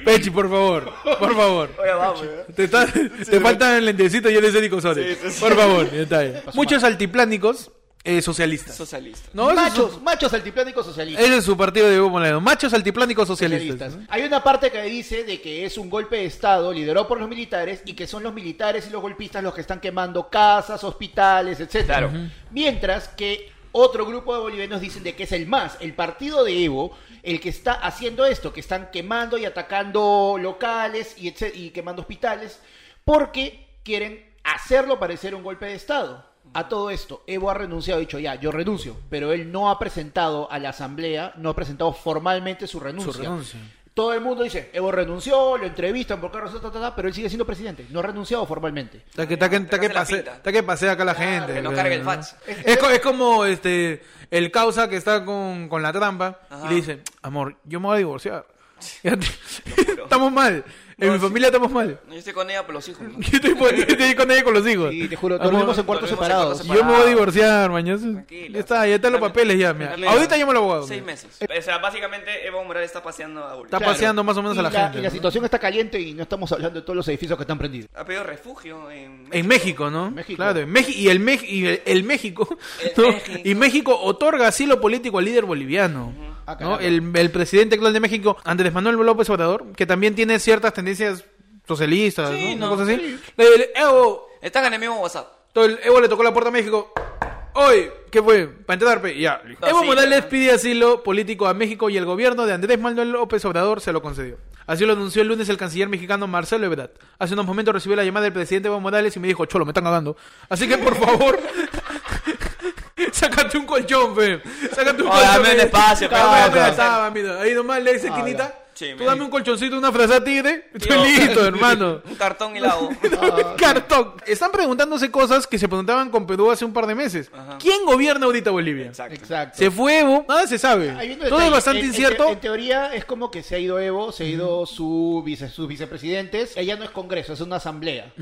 Speaker 2: Pechi, por favor, por favor.
Speaker 3: Oye, vamos. ¿eh?
Speaker 2: Te, está- te faltan lentecitos y eres Eric Osorio. Por favor, ya está bien. Muchos altiplánicos eh, socialistas.
Speaker 3: Socialista.
Speaker 2: No, eso es-
Speaker 4: machos, machos altiplánicos socialistas.
Speaker 2: Ese es su partido de Evo Morales. Machos altiplánicos socialistas.
Speaker 4: socialistas. Hay una parte que dice de que es un golpe de Estado liderado por los militares y que son los militares y los golpistas los que están quemando casas, hospitales, etc.
Speaker 3: Claro.
Speaker 4: Mientras que otro grupo de bolivianos dicen de que es el MAS, el partido de Evo, el que está haciendo esto, que están quemando y atacando locales y, etc- y quemando hospitales, porque quieren hacerlo parecer un golpe de Estado. A todo esto, Evo ha renunciado, ha dicho ya, yo renuncio, pero él no ha presentado a la Asamblea, no ha presentado formalmente su renuncia.
Speaker 2: renuncia.
Speaker 4: Todo el mundo dice, Evo renunció, lo entrevistan por qué razón, ta, ta, ta, pero él sigue siendo presidente, no ha renunciado formalmente.
Speaker 2: Está que, está que, está que
Speaker 3: Pero hace la
Speaker 2: pase-
Speaker 3: pinta.
Speaker 2: está que pasea acá la gente.
Speaker 3: que no
Speaker 2: ¿verdad?
Speaker 3: cargue el fax.
Speaker 2: Es, co- es como este el causa que está con, con la trampa
Speaker 3: Ajá.
Speaker 2: y le dice, amor, yo me voy a divorciar. Ya te- estamos mal. En mi
Speaker 3: sí.
Speaker 2: familia estamos mal.
Speaker 3: Yo estoy con ella por los hijos. ¿no?
Speaker 2: Yo estoy, por- yo estoy con ella y con los hijos.
Speaker 4: Y te juro,
Speaker 2: Amor,
Speaker 4: dormimos en cuartos
Speaker 3: dormimos en
Speaker 4: separados.
Speaker 3: cuartos
Speaker 2: yo me voy a divorciar, mañana.
Speaker 3: Tranquila.
Speaker 2: Ya está, ya están los
Speaker 3: Dale-
Speaker 2: papeles ya. mira.
Speaker 3: dale
Speaker 2: Ahorita llamo al abogado.
Speaker 3: Seis
Speaker 2: mira.
Speaker 3: meses. O sea, básicamente Evo Morales está paseando a Bolivia.
Speaker 2: Eh. Está paseando más o menos
Speaker 4: Y
Speaker 2: a la gente,
Speaker 4: Y la
Speaker 2: ¿no?
Speaker 4: situación está caliente y no estamos hablando de todos los edificios que están prendidos.
Speaker 3: Ha pedido refugio en
Speaker 2: En México, ¿no?
Speaker 4: México.
Speaker 2: Claro, en México. Y, el, Mex- y el, el México,
Speaker 3: El
Speaker 2: ¿no?
Speaker 3: México.
Speaker 2: Y México otorga asilo político al líder boliviano.
Speaker 4: Ah,
Speaker 2: ¿no?
Speaker 4: caramba.
Speaker 2: el, el presidente actual de México, Andrés Manuel López Obrador, que también tiene ciertas tendencias socialistas,
Speaker 3: Sí,
Speaker 2: ¿no? Una
Speaker 3: ¿no?
Speaker 2: cosa así. El Evo,
Speaker 3: Están en el mismo WhatsApp.
Speaker 2: todo el Evo le tocó la puerta a México. Oye, ¿qué fue? Para entrar, pe, ya.
Speaker 3: No,
Speaker 2: Evo
Speaker 3: sí,
Speaker 2: Morales
Speaker 3: ya.
Speaker 2: pide asilo político a México y el gobierno de Andrés Manuel López Obrador se lo concedió. Así lo anunció el lunes el canciller mexicano Marcelo Ebrard. Hace unos momentos recibí la llamada del presidente Evo Morales y me dijo, cholo, me están cagando. Así que, por favor, sácate un colchón, fe. Sácate un
Speaker 3: Oye,
Speaker 2: colchón.
Speaker 3: dame un
Speaker 2: fe.
Speaker 3: espacio, pe,
Speaker 2: Dame,
Speaker 3: vamos a
Speaker 2: dame la
Speaker 3: hacer.
Speaker 2: sábana, mira. Ahí nomás le dice,
Speaker 4: Ah,
Speaker 2: Quinita,
Speaker 3: Sí,
Speaker 2: tú
Speaker 3: mira.
Speaker 2: dame un colchoncito, una frase a tigre. Estoy
Speaker 3: Yo-
Speaker 2: listo, hermano.
Speaker 3: Un cartón y la hago.
Speaker 2: Cartón. Están preguntándose cosas que se preguntaban con Perú hace un par de meses. ¿Quién gobierna ahorita Bolivia?
Speaker 3: Exacto.
Speaker 4: Exacto.
Speaker 2: Se fue Evo, nada se sabe.
Speaker 4: Ahí viene el
Speaker 2: Todo es
Speaker 4: detalle.
Speaker 2: bastante
Speaker 4: En- en te-
Speaker 2: incierto.
Speaker 4: En, teoría es como que se ha ido Evo, se ha ido su vice- sus vicepresidentes. Ella no es Congreso, es una asamblea.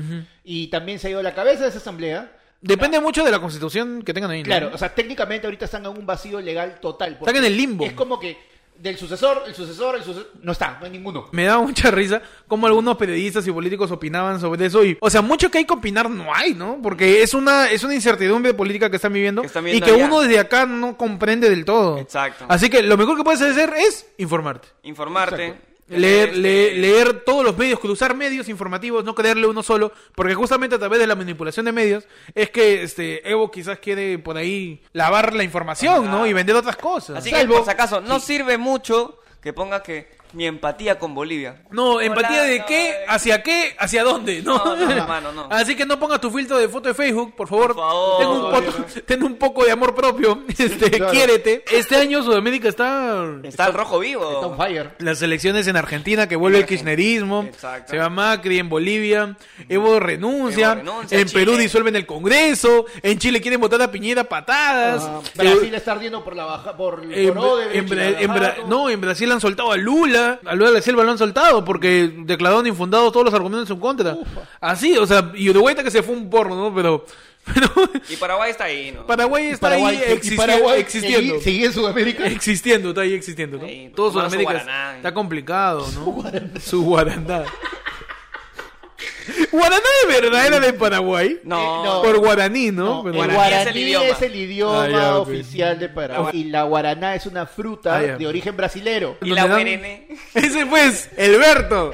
Speaker 4: Y también se ha ido la cabeza de esa asamblea.
Speaker 2: Depende mucho de la constitución que tengan ahí. ¿no?
Speaker 4: Claro, o sea, técnicamente ahorita están en un vacío legal total. porque
Speaker 2: Están en el limbo.
Speaker 4: Es como que del sucesor, el sucesor, el sucesor. No está, no hay ninguno.
Speaker 2: Me da mucha risa cómo algunos periodistas y políticos opinaban sobre eso. Y, o sea, mucho que hay que opinar no hay, ¿no? Porque es una, es una incertidumbre política que están viviendo
Speaker 3: Que están
Speaker 2: y
Speaker 3: viviendo
Speaker 2: que
Speaker 3: allá.
Speaker 2: uno desde acá no comprende del todo.
Speaker 3: Exacto.
Speaker 2: Así que lo mejor que puedes hacer es informarte.
Speaker 3: Informarte.
Speaker 2: Leer,
Speaker 3: Este,
Speaker 2: le- leer todos los medios, cruzar medios informativos, no creerle uno solo, porque justamente a través de la manipulación de medios es que este Evo quizás quiere por ahí lavar la información, ¿no? Y vender otras cosas.
Speaker 3: Ah. Así
Speaker 4: Salvo-
Speaker 3: que, por si acaso, no sirve mucho que pongas que mi empatía con Bolivia.
Speaker 2: No, empatía
Speaker 3: Hola,
Speaker 2: de
Speaker 3: no,
Speaker 2: qué,
Speaker 3: eh.
Speaker 2: hacia qué, hacia dónde, ¿no?
Speaker 3: No, no, hermano, no.
Speaker 2: Así que no ponga tu filtro de foto de Facebook, por favor.
Speaker 3: Por favor.
Speaker 2: ten, un poco, ten un poco de amor propio, este,
Speaker 4: claro.
Speaker 2: quiérete. Este año Sudamérica está...
Speaker 3: Está el rojo vivo.
Speaker 4: Está on fire.
Speaker 2: Las elecciones en Argentina que vuelve el kirchnerismo,
Speaker 3: Exacto.
Speaker 2: se va Macri en Bolivia, Evo renuncia,
Speaker 3: Evo renuncia,
Speaker 2: en Perú
Speaker 3: Chile.
Speaker 2: disuelven el Congreso, en Chile quieren votar a Piñera a patadas.
Speaker 4: Ah,
Speaker 2: Eh,
Speaker 4: Brasil está ardiendo por la baja, por, por
Speaker 2: en,
Speaker 4: Odebrecht,
Speaker 2: en Bra-
Speaker 4: y la
Speaker 2: en Bra-
Speaker 4: Gamarra,
Speaker 2: no, en Brasil han soltado a Lula, a Lula de la Silva lo han soltado porque declararon infundados todos los argumentos en su contra. Así, o sea, y Uruguay está que se fue un porno, ¿no? Pero, pero
Speaker 3: Y Paraguay está ahí, ¿no?
Speaker 2: Paraguay está
Speaker 4: Paraguay,
Speaker 2: ahí eh,
Speaker 4: y
Speaker 2: existi-
Speaker 4: Paraguay
Speaker 2: existiendo. Eh,
Speaker 4: segui- seguía en Sudamérica.
Speaker 2: Existiendo, está ahí existiendo, ¿no?
Speaker 3: Ahí,
Speaker 2: Todo
Speaker 3: tomando pues, su
Speaker 2: Sudamérica es-
Speaker 3: guaraná.
Speaker 2: está complicado, ¿no? Su guaraná. ¿Guaraná de verdad era de Paraguay?
Speaker 3: No.
Speaker 4: Eh, no.
Speaker 2: Por guaraní, ¿no?
Speaker 4: No,
Speaker 2: Pero-
Speaker 4: el
Speaker 3: Guaraní es el
Speaker 4: guaraní
Speaker 3: idioma.
Speaker 4: es el idioma
Speaker 2: Ah, ya, ok.
Speaker 4: oficial de Paraguay. Y la guaraná es una fruta
Speaker 2: Ah, ya.
Speaker 4: de origen brasilero.
Speaker 3: Y la
Speaker 2: Donde dan-
Speaker 3: URN.
Speaker 2: Ese pues, Alberto.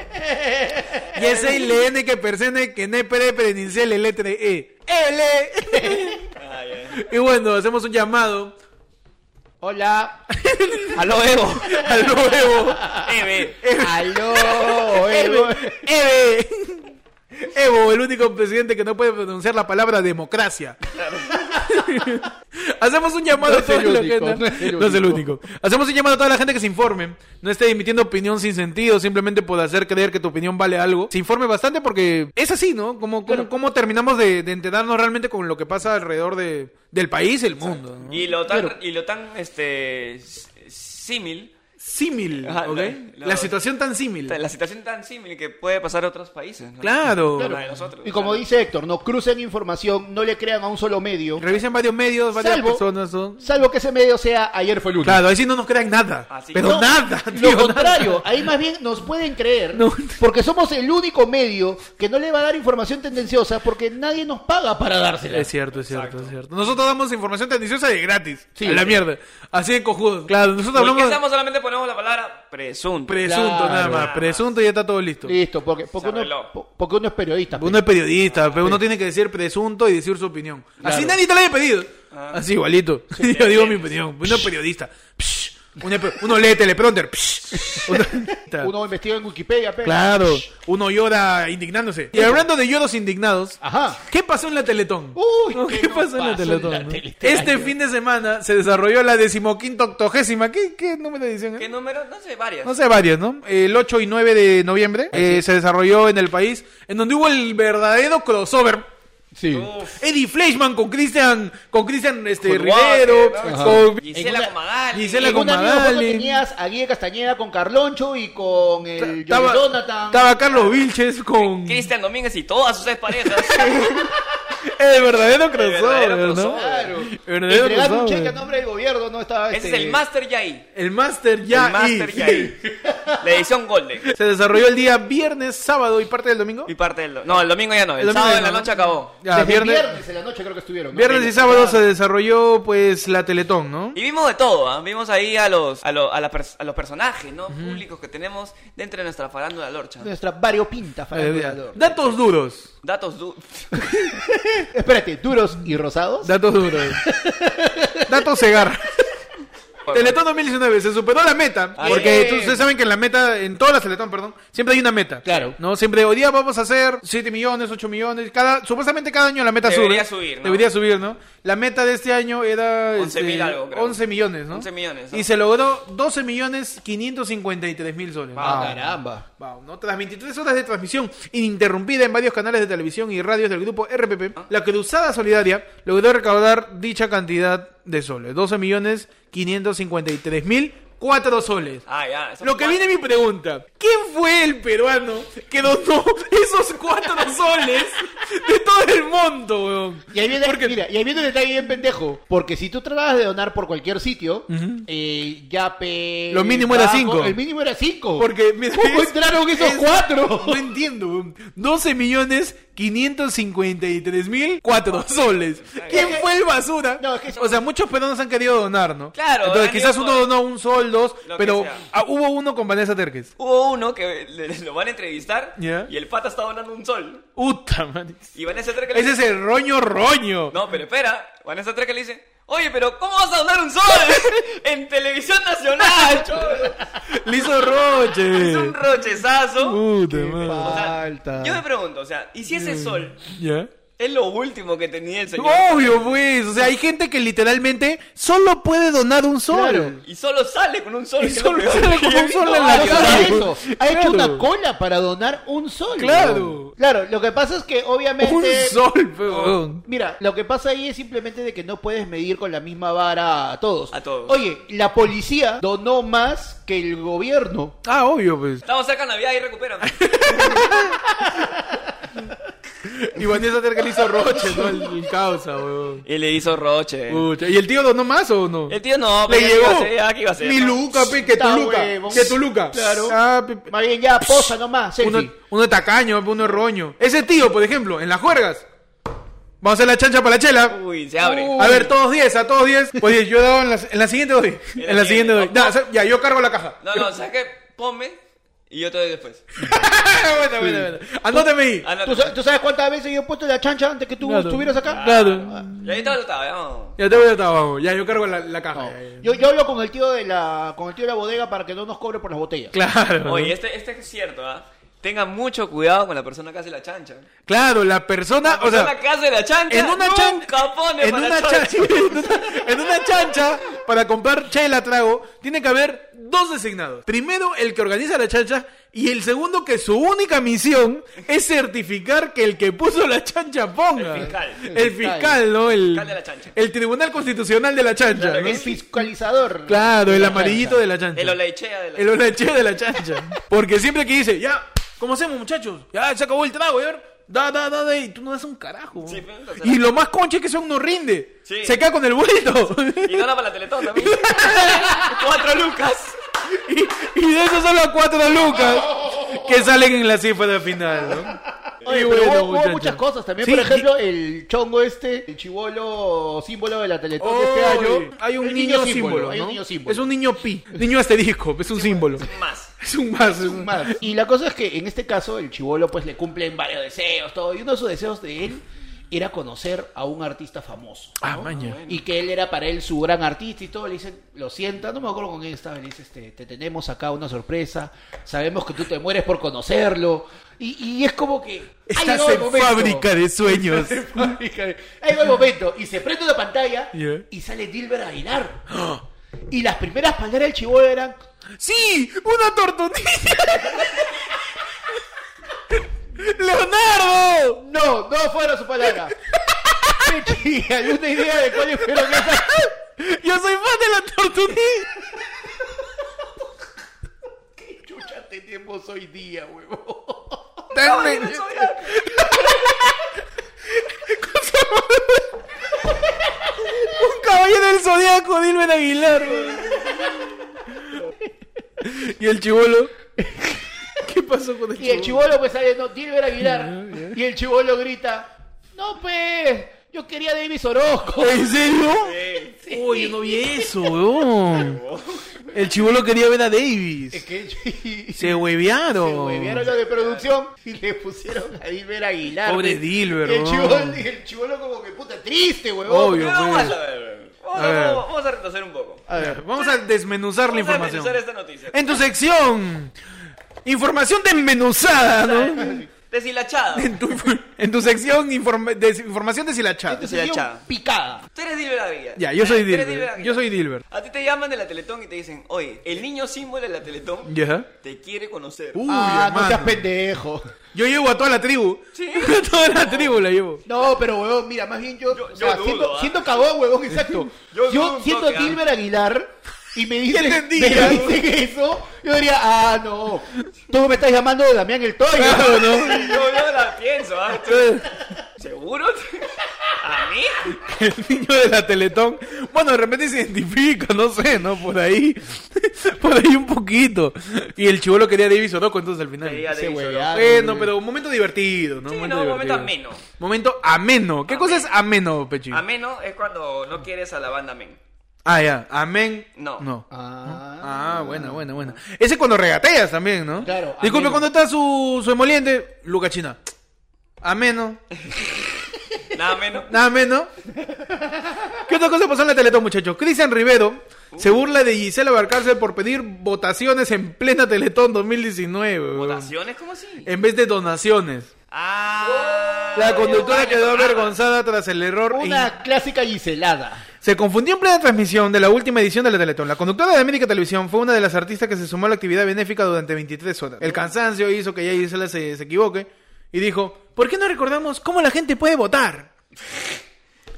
Speaker 2: Y ese LN que persene que ne pre pre inicia la letra E. L. Y bueno, hacemos un llamado
Speaker 4: Hola.
Speaker 3: Aló, Evo.
Speaker 2: al nuevo
Speaker 3: Eve.
Speaker 2: Em-
Speaker 4: Aló. eh, Evo.
Speaker 2: Eve. Evo, el único presidente que no puede pronunciar la palabra democracia. Hacemos un llamado
Speaker 4: No
Speaker 2: a
Speaker 4: es el
Speaker 2: toda la
Speaker 4: único,
Speaker 2: gente.
Speaker 4: no es el
Speaker 2: No es el
Speaker 4: único.
Speaker 2: único. Hacemos un llamado a toda la gente que se informe. No esté emitiendo opinión sin sentido, simplemente por hacer creer que tu opinión vale algo. Se informe bastante porque es así, ¿no? Como, como, como terminamos de, de enterarnos realmente con lo que pasa alrededor de, del país, el mundo. ¿no?
Speaker 3: Y lo tan, y lo tan este, s- símil,
Speaker 2: Símil,
Speaker 4: Ah,
Speaker 3: Ajá,
Speaker 2: ¿ok?
Speaker 3: lo-
Speaker 2: La situación tan símil.
Speaker 3: la situación tan símil que puede pasar a otros países. ¿no?
Speaker 2: Claro.
Speaker 3: La de nosotros.
Speaker 4: Y como dice Héctor, no crucen información, no le crean a un solo medio.
Speaker 2: Revisen varios medios, varias
Speaker 4: Salvo,
Speaker 2: personas. ¿no?
Speaker 4: salvo que ese medio sea ayer fue lunes.
Speaker 2: Claro, ahí sí no nos crean nada.
Speaker 3: Así
Speaker 2: pero
Speaker 4: No,
Speaker 2: nada, tío,
Speaker 4: Lo contrario,
Speaker 2: nada.
Speaker 4: ahí más bien nos pueden creer.
Speaker 2: No.
Speaker 4: Porque somos el único medio que no le va a dar información tendenciosa porque nadie nos paga para dársela.
Speaker 2: Es cierto, es cierto, es cierto. Nosotros damos información tendenciosa de gratis.
Speaker 4: Sí.
Speaker 2: a la mierda. Así de cojudo. Claro, nosotros
Speaker 3: Porque
Speaker 2: hablamos
Speaker 3: estamos solamente ponemos la palabra presunto.
Speaker 2: presunto
Speaker 4: Claro.
Speaker 2: nada más.
Speaker 3: Nada
Speaker 2: Presunto y ya está todo listo.
Speaker 4: Listo, porque, porque,
Speaker 3: Se
Speaker 4: uno,
Speaker 3: arregló.
Speaker 4: po- porque uno es periodista.
Speaker 2: Uno es periodista, pero uno tiene que decir presunto y decir su opinión. Así nadie te la haya pedido.
Speaker 4: Ah.
Speaker 2: Así igualito. Yo digo mi opinión. Uno es periodista. Psh. Uno, es pe- uno lee teleprompter. Psh. Uno-
Speaker 4: Uno investiga en Wikipedia, pero-
Speaker 2: Claro, uno llora indignándose. Y hablando de lloros indignados,
Speaker 4: Ajá.
Speaker 2: ¿qué pasó en la Teletón?
Speaker 4: Uy,
Speaker 2: No,
Speaker 4: ¿qué
Speaker 2: ¿qué
Speaker 4: no
Speaker 2: pasó en
Speaker 4: pasó
Speaker 2: la
Speaker 4: en
Speaker 2: Teletón?
Speaker 4: la
Speaker 2: no?
Speaker 4: Teletón?
Speaker 2: Este fin de semana se desarrolló la decimoquinta octogésima. ¿Qué, qué número de edición? es?
Speaker 3: ¿Qué número? No sé, varias.
Speaker 2: No sé, varias, ¿no? El 8 y 9 de noviembre eh, se desarrolló en el país, en donde hubo el verdadero crossover.
Speaker 4: Sí.
Speaker 3: Uf,
Speaker 2: Eddie Fleischman con Cristian con Cristian este,
Speaker 3: Con
Speaker 2: Rivero,
Speaker 3: Walker,
Speaker 4: ¿no?
Speaker 2: con
Speaker 3: Gisela
Speaker 4: En una-
Speaker 3: Comagali.
Speaker 2: Gisela
Speaker 4: En una misma foto
Speaker 2: Comadale.
Speaker 4: pues, tenías a Guille Castañeda con Carloncho y con el
Speaker 2: Estaba,
Speaker 4: Johnny Donatan.
Speaker 2: estaba Carlos Vilches con
Speaker 3: Cristian Domínguez y todas sus ex parejas.
Speaker 2: el verdadero crossover,
Speaker 3: verdadero
Speaker 2: ¿no?
Speaker 3: crossover.
Speaker 4: Claro. Entregar
Speaker 2: Verdadero
Speaker 4: un
Speaker 2: crossover.
Speaker 4: este, cheque a nombre del gobierno no estaba.
Speaker 3: Ese es
Speaker 4: este,
Speaker 3: el Master Yai.
Speaker 2: El Este Master ya
Speaker 3: el Master
Speaker 2: y-
Speaker 3: Yai. La edición Golden.
Speaker 2: Se desarrolló el día viernes, sábado y parte del domingo.
Speaker 3: Y parte del. do- No, el domingo ya no. El,
Speaker 2: El domingo
Speaker 3: sábado
Speaker 2: ya
Speaker 3: en la
Speaker 2: no.
Speaker 3: noche acabó.
Speaker 2: Ya,
Speaker 4: Desde
Speaker 2: viernes,
Speaker 4: viernes, en la noche creo que estuvieron. ¿no?
Speaker 2: viernes y sábado se desarrolló pues la Teletón, ¿no?
Speaker 3: Y vimos de todo, ¿ah? Vimos ahí a los, a, lo- a la pers- a los personajes, ¿no? Públicos que tenemos dentro de nuestra farándula lorcha.
Speaker 4: Nuestra variopinta farándula.
Speaker 2: Eh, datos duros.
Speaker 3: Datos du-
Speaker 4: Espérate, duros y rosados.
Speaker 2: Datos duros. datos cegar. Teletón 2019 se superó la meta.
Speaker 3: Ahí.
Speaker 2: Porque tú- ustedes saben que en la meta, en todas las Teletón, perdón, siempre hay una meta.
Speaker 4: Claro.
Speaker 2: No, siempre hoy día vamos a hacer 7 millones, 8 millones. Cada, supuestamente cada año la meta
Speaker 3: Debería
Speaker 2: sube.
Speaker 3: subir, ¿no?
Speaker 2: Debería subir, ¿no? La meta de este año era
Speaker 3: 11.000
Speaker 2: este,
Speaker 3: algo, creo.
Speaker 2: 11 millones, ¿no?
Speaker 3: 11 millones, ¿no?
Speaker 2: Y se logró 12 millones 553 mil soles.
Speaker 4: Ah, caramba.
Speaker 2: Wow, ¿no? Tras 23 horas de transmisión ininterrumpida en varios canales de televisión y radios del grupo RPP, la Cruzada Solidaria logró recaudar dicha cantidad de soles, 12 millones 553 mil 4 soles.
Speaker 3: Ah, ya. son
Speaker 2: Lo que
Speaker 3: cuatro.
Speaker 2: viene mi pregunta, ¿quién fue el peruano que donó esos 4 soles de todo el mundo, weón?
Speaker 4: Y ahí, viene, mira, y ahí viene un detalle bien pendejo. Porque si tú tratabas de donar por cualquier sitio, eh, Yape.
Speaker 2: Lo mínimo era
Speaker 4: Pago,
Speaker 2: cinco.
Speaker 4: El mínimo era 5.
Speaker 2: Porque mira,
Speaker 4: ¿Cómo
Speaker 2: es-
Speaker 4: entraron esos
Speaker 2: es-
Speaker 4: cuatro?
Speaker 2: No entiendo, weón. 12 millones 553 mil 4 soles. ¿Quién fue el basura?
Speaker 4: No, es que-
Speaker 2: O sea, muchos peruanos han querido donar, ¿no?
Speaker 3: Claro,
Speaker 2: Entonces
Speaker 3: han
Speaker 2: quizás
Speaker 3: ido
Speaker 2: uno
Speaker 3: por-
Speaker 2: donó un sol, dos,
Speaker 3: Lo que
Speaker 2: pero
Speaker 3: sea.
Speaker 2: ah, hubo uno con Vanessa Terques.
Speaker 3: Hubo uno que le- lo van a entrevistar
Speaker 2: Ya.
Speaker 3: y el pata está donando un sol.
Speaker 2: Puta, man.
Speaker 3: Y Vanessa Treca le
Speaker 2: Ese es
Speaker 3: dice.
Speaker 2: el roño roño.
Speaker 3: No, pero espera. Vanessa Treca le dice. Oye, pero ¿cómo vas a donar un sol? en televisión nacional, cholo.
Speaker 2: Le hizo roche.
Speaker 3: Es un rochezazo.
Speaker 2: Puta,
Speaker 4: Qué
Speaker 2: man.
Speaker 3: O sea,
Speaker 4: falta.
Speaker 3: yo me pregunto, o sea, ¿y si ese
Speaker 2: Mm.
Speaker 3: sol
Speaker 2: ¿Ya?
Speaker 3: es lo último que tenía el señor?
Speaker 2: Obvio, pues. O sea, hay gente que literalmente solo puede donar un sol.
Speaker 4: Claro.
Speaker 3: Y solo sale con un sol.
Speaker 2: Y
Speaker 3: que es lo
Speaker 2: solo
Speaker 3: peor
Speaker 2: sale
Speaker 3: que
Speaker 2: con
Speaker 3: yo he
Speaker 2: un
Speaker 3: visto.
Speaker 2: sol en
Speaker 4: Ah,
Speaker 2: la
Speaker 4: no
Speaker 2: cara.
Speaker 4: solo eso, ha hecho
Speaker 2: Claro.
Speaker 4: una cola para donar un sol.
Speaker 2: Claro.
Speaker 4: weón. Claro, lo que pasa es que obviamente.
Speaker 2: Un sol, pues, weón.
Speaker 4: Mira, lo que pasa ahí es simplemente de que no puedes medir con la misma vara a todos.
Speaker 3: A todos.
Speaker 4: Oye, la policía donó más que el gobierno.
Speaker 2: Ah, obvio, pues.
Speaker 3: Estamos cerca de Navidad y recupérame.
Speaker 2: Y Vanessa Terca le hizo roche, ¿no? El, el causa, weón.
Speaker 3: Y le hizo roche.
Speaker 2: Pucha, ¿Y el tío donó más o no?
Speaker 3: Eh. El tío no,
Speaker 2: Uh. le
Speaker 3: pero ya
Speaker 2: llegó.
Speaker 3: que iba a ser, ya que iba a ser,
Speaker 2: Mi
Speaker 3: ¿no?
Speaker 2: Luca, pe, que tu
Speaker 4: Está
Speaker 2: Luca.
Speaker 4: huevón.
Speaker 2: Que tu Luca.
Speaker 4: Claro.
Speaker 2: Ah, pe, pe,
Speaker 4: Más bien ya posa nomás, selfie.
Speaker 2: uno, uno es tacaño, pe, uno es roño. Ese tío, por ejemplo, en las juergas. Vamos a hacer la chancha para la chela.
Speaker 3: Uy, se abre.
Speaker 2: A ver, todos 10, a todos 10. Pues oye, yo he dado en la, en la siguiente doy. En la siguiente doy. Ya, sa- ya, yo cargo la caja.
Speaker 3: No, no, ¿sabes qué? Ponme y yo te doy después.
Speaker 2: bueno, bueno, bueno. Anótame ahí.
Speaker 3: Ah, no,
Speaker 4: ¿Tú, sa- tú sabes cuántas veces yo he puesto la chancha antes que tú
Speaker 2: Claro.
Speaker 4: estuvieras acá?
Speaker 2: Claro.
Speaker 3: Y ahí todo lo estaba, vamos.
Speaker 2: Ya te voy a estar, vamos. Ya, yo cargo la, la caja.
Speaker 4: No.
Speaker 2: Ya,
Speaker 3: Oh.
Speaker 2: ya, ya.
Speaker 4: Yo, yo hablo con el tío de la con el tío de la bodega para que no nos cobre por las botellas.
Speaker 2: Claro.
Speaker 3: Oye, este, este es cierto, ¿ah? Tengan mucho cuidado con la persona que hace la chancha.
Speaker 2: Claro, la persona,
Speaker 3: La
Speaker 2: Ah, o
Speaker 3: persona
Speaker 2: sea,
Speaker 3: que hace la chancha
Speaker 2: en una
Speaker 3: nunca
Speaker 2: chancha,
Speaker 3: pone
Speaker 2: en
Speaker 3: para
Speaker 2: una
Speaker 3: sol.
Speaker 2: chancha, en una chancha para comprar chela trago tiene que haber dos designados. Primero el que organiza la chancha y el segundo que su única misión es certificar que el que puso la chancha ponga.
Speaker 3: El fiscal.
Speaker 2: el fiscal, ¿no? El,
Speaker 3: Fiscal de la chancha.
Speaker 2: el tribunal constitucional de la chancha.
Speaker 4: Claro,
Speaker 2: ¿no?
Speaker 4: el fiscalizador.
Speaker 2: Claro,
Speaker 4: de
Speaker 2: el
Speaker 4: la
Speaker 2: amarillito
Speaker 4: chancha.
Speaker 2: de la chancha.
Speaker 3: El olaichea de la
Speaker 2: El olacheo de la chancha. Porque siempre que dice, ya, ¿cómo hacemos, muchachos? Ya, se acabó el trago, ya. Da, da, da, da, y tú no das un carajo.
Speaker 3: Sí, pero no se
Speaker 2: y lo más conche es que son no rinde.
Speaker 3: Sí.
Speaker 2: Se queda con el vuelto.
Speaker 3: Y dona para la teletón también. Cuatro lucas.
Speaker 2: y, y de esos son las cuatro lucas
Speaker 3: Oh.
Speaker 2: que salen en la cifra final, ¿no?
Speaker 4: Oye,
Speaker 2: Y
Speaker 4: pero
Speaker 2: bueno,
Speaker 4: hubo, hubo
Speaker 2: muchachos.
Speaker 4: muchas cosas también.
Speaker 2: Sí,
Speaker 4: por ejemplo, el chongo este, el chivolo símbolo de la Teletón de este
Speaker 2: Oye,
Speaker 4: año.
Speaker 2: hay un
Speaker 4: El
Speaker 2: niño, símbolo, ¿no?
Speaker 4: Hay un niño símbolo.
Speaker 2: Es un niño pi, niño asterisco, es un símbolo.
Speaker 3: Más.
Speaker 2: Es un más, es un
Speaker 4: Más. Y la cosa es que en este caso el chivolo pues le cumplen varios deseos, todo. Y uno de sus deseos de él era conocer a un artista famoso.
Speaker 2: Ah,
Speaker 4: ¿no?
Speaker 2: maña.
Speaker 4: Y que él era para él su gran artista y todo. Le dicen, lo sienta, no me acuerdo con quién estaba. Le dice, este, te tenemos acá una sorpresa. Sabemos que tú te mueres por conocerlo. Y, y es como que. ha
Speaker 2: Estás
Speaker 4: llegado el
Speaker 2: en
Speaker 4: momento.
Speaker 2: fábrica de sueños.
Speaker 4: Ahí va el momento. Y se prende una pantalla
Speaker 2: Yeah.
Speaker 4: y sale Dilbert Aguilar. Y las primeras palabras del chivolo eran.
Speaker 2: ¡Sí! ¡Una tortonilla! ¡Leonardo!
Speaker 4: No, no fueron sus palabras. Pechi, ¿alguna idea de cuáles fueron esas?
Speaker 2: ¡Yo soy fan de la tortonilla!
Speaker 4: ¿Qué chucha tenemos hoy día, huevón?
Speaker 2: Dame- ¡Un caballero del zodiaco, Dilben Aguilar! güey. y el chivolo pasó con el
Speaker 4: Y el
Speaker 2: chibolo?
Speaker 4: chivolo pues sale, no, Dilber Aguilar. Y el chivolo grita, no pues, yo quería Davis Orozco.
Speaker 2: ¿En serio?
Speaker 3: Sí.
Speaker 2: Uy, yo no vi eso, weón. El chivolo quería ver a Davis.
Speaker 4: Es que y-
Speaker 2: Se huevearon.
Speaker 4: se huevearon los de producción y le pusieron a Dilber Aguilar.
Speaker 2: Pobre
Speaker 4: pues.
Speaker 2: Dilber,
Speaker 4: Y el
Speaker 2: weón.
Speaker 4: chivolo, y el chivolo como que puta triste, huevón.
Speaker 2: Obvio. pues.
Speaker 3: Pero vamos a ver. Vamos,
Speaker 2: A ver.
Speaker 3: vamos- vamos a retroceder un poco.
Speaker 4: A ver,
Speaker 2: Vamos a desmenuzar la
Speaker 3: Vamos a
Speaker 2: información. Eh,
Speaker 3: revisar esta noticia.
Speaker 2: En tu sección. Información desmenuzada, ¿no?
Speaker 3: Deshilachada.
Speaker 2: En tu, en tu sección informa- des- información
Speaker 4: te
Speaker 2: deshilachada.
Speaker 3: se la
Speaker 4: salió
Speaker 3: echaba.
Speaker 4: picada.
Speaker 3: Tú eres Dilber Aguilar.
Speaker 2: Ya, yo soy
Speaker 3: Tú eres
Speaker 2: Dilbert.
Speaker 3: Aguilar.
Speaker 2: Yo soy Dilbert.
Speaker 3: A ti te llaman de la Teletón y te dicen, oye, el niño símbolo de la Teletón
Speaker 2: Ya.
Speaker 3: te quiere conocer.
Speaker 2: Uy,
Speaker 4: ah, no
Speaker 2: hermano.
Speaker 4: seas pendejo.
Speaker 2: Yo llevo a toda la tribu.
Speaker 3: Sí.
Speaker 2: A toda la tribu la llevo.
Speaker 4: No, pero huevón, mira, más bien yo,
Speaker 3: Yo-
Speaker 4: o
Speaker 3: yo
Speaker 4: sea,
Speaker 3: dudo,
Speaker 4: siendo,
Speaker 3: ¿ah?
Speaker 4: siendo cagón, huevón, exacto. yo
Speaker 3: Yo
Speaker 4: yo
Speaker 3: dudo
Speaker 4: siendo
Speaker 3: que, ah.
Speaker 4: Dilber Aguilar y me dicen,
Speaker 2: entendí,
Speaker 4: me
Speaker 2: ya.
Speaker 4: dicen eso, yo diría, ah, no, tú me estás llamando Damián el Toyo.
Speaker 2: ¿no?
Speaker 3: Yo, yo la pienso, ¿ah? ¿Seguro? ¿A mí?
Speaker 2: El niño de la Teletón. Bueno, de repente se identifica, no sé, ¿no? Por ahí. Por ahí un poquito. Y el chivolo quería Davis Orozco entonces al final.
Speaker 3: Quería
Speaker 4: Ese
Speaker 3: Davis
Speaker 4: huevón.
Speaker 3: Orozco.
Speaker 2: Bueno, pero un momento divertido, ¿no?
Speaker 3: Sí, no, un momento
Speaker 2: divertido.
Speaker 3: ameno.
Speaker 2: Momento ameno. ¿Qué cosa es ameno, Pechi?
Speaker 3: Ameno es cuando no quieres a la banda men.
Speaker 2: Ah, ya. Amén.
Speaker 3: No.
Speaker 2: No.
Speaker 4: Ah,
Speaker 2: Ah, buena, buena, buena. Ese es cuando regateas también, ¿no?
Speaker 4: Claro,
Speaker 2: Disculpe,
Speaker 4: ameno.
Speaker 2: cuando está su, su emoliente? Luca China. Ameno.
Speaker 3: Nada menos.
Speaker 2: Nada menos. ¿Qué otra cosa pasó en la Teletón, muchachos? Cristian Rivero se burla de Gisela Barcárcel por pedir votaciones en plena Teletón 2019. weón.
Speaker 3: ¿Votaciones? ¿Cómo así?
Speaker 2: En vez de donaciones.
Speaker 3: Ah.
Speaker 2: Eh. La conductora
Speaker 3: vale,
Speaker 2: quedó
Speaker 3: vale.
Speaker 2: avergonzada tras el error. e
Speaker 4: una clásica giselada.
Speaker 2: Se confundió en plena transmisión de la última edición de la Teletón. La conductora de América Televisión fue una de las artistas que se sumó a la actividad benéfica durante 23 horas. El cansancio hizo que ya Gisela se, se equivoque y dijo, ¿por qué no recordamos cómo la gente puede votar?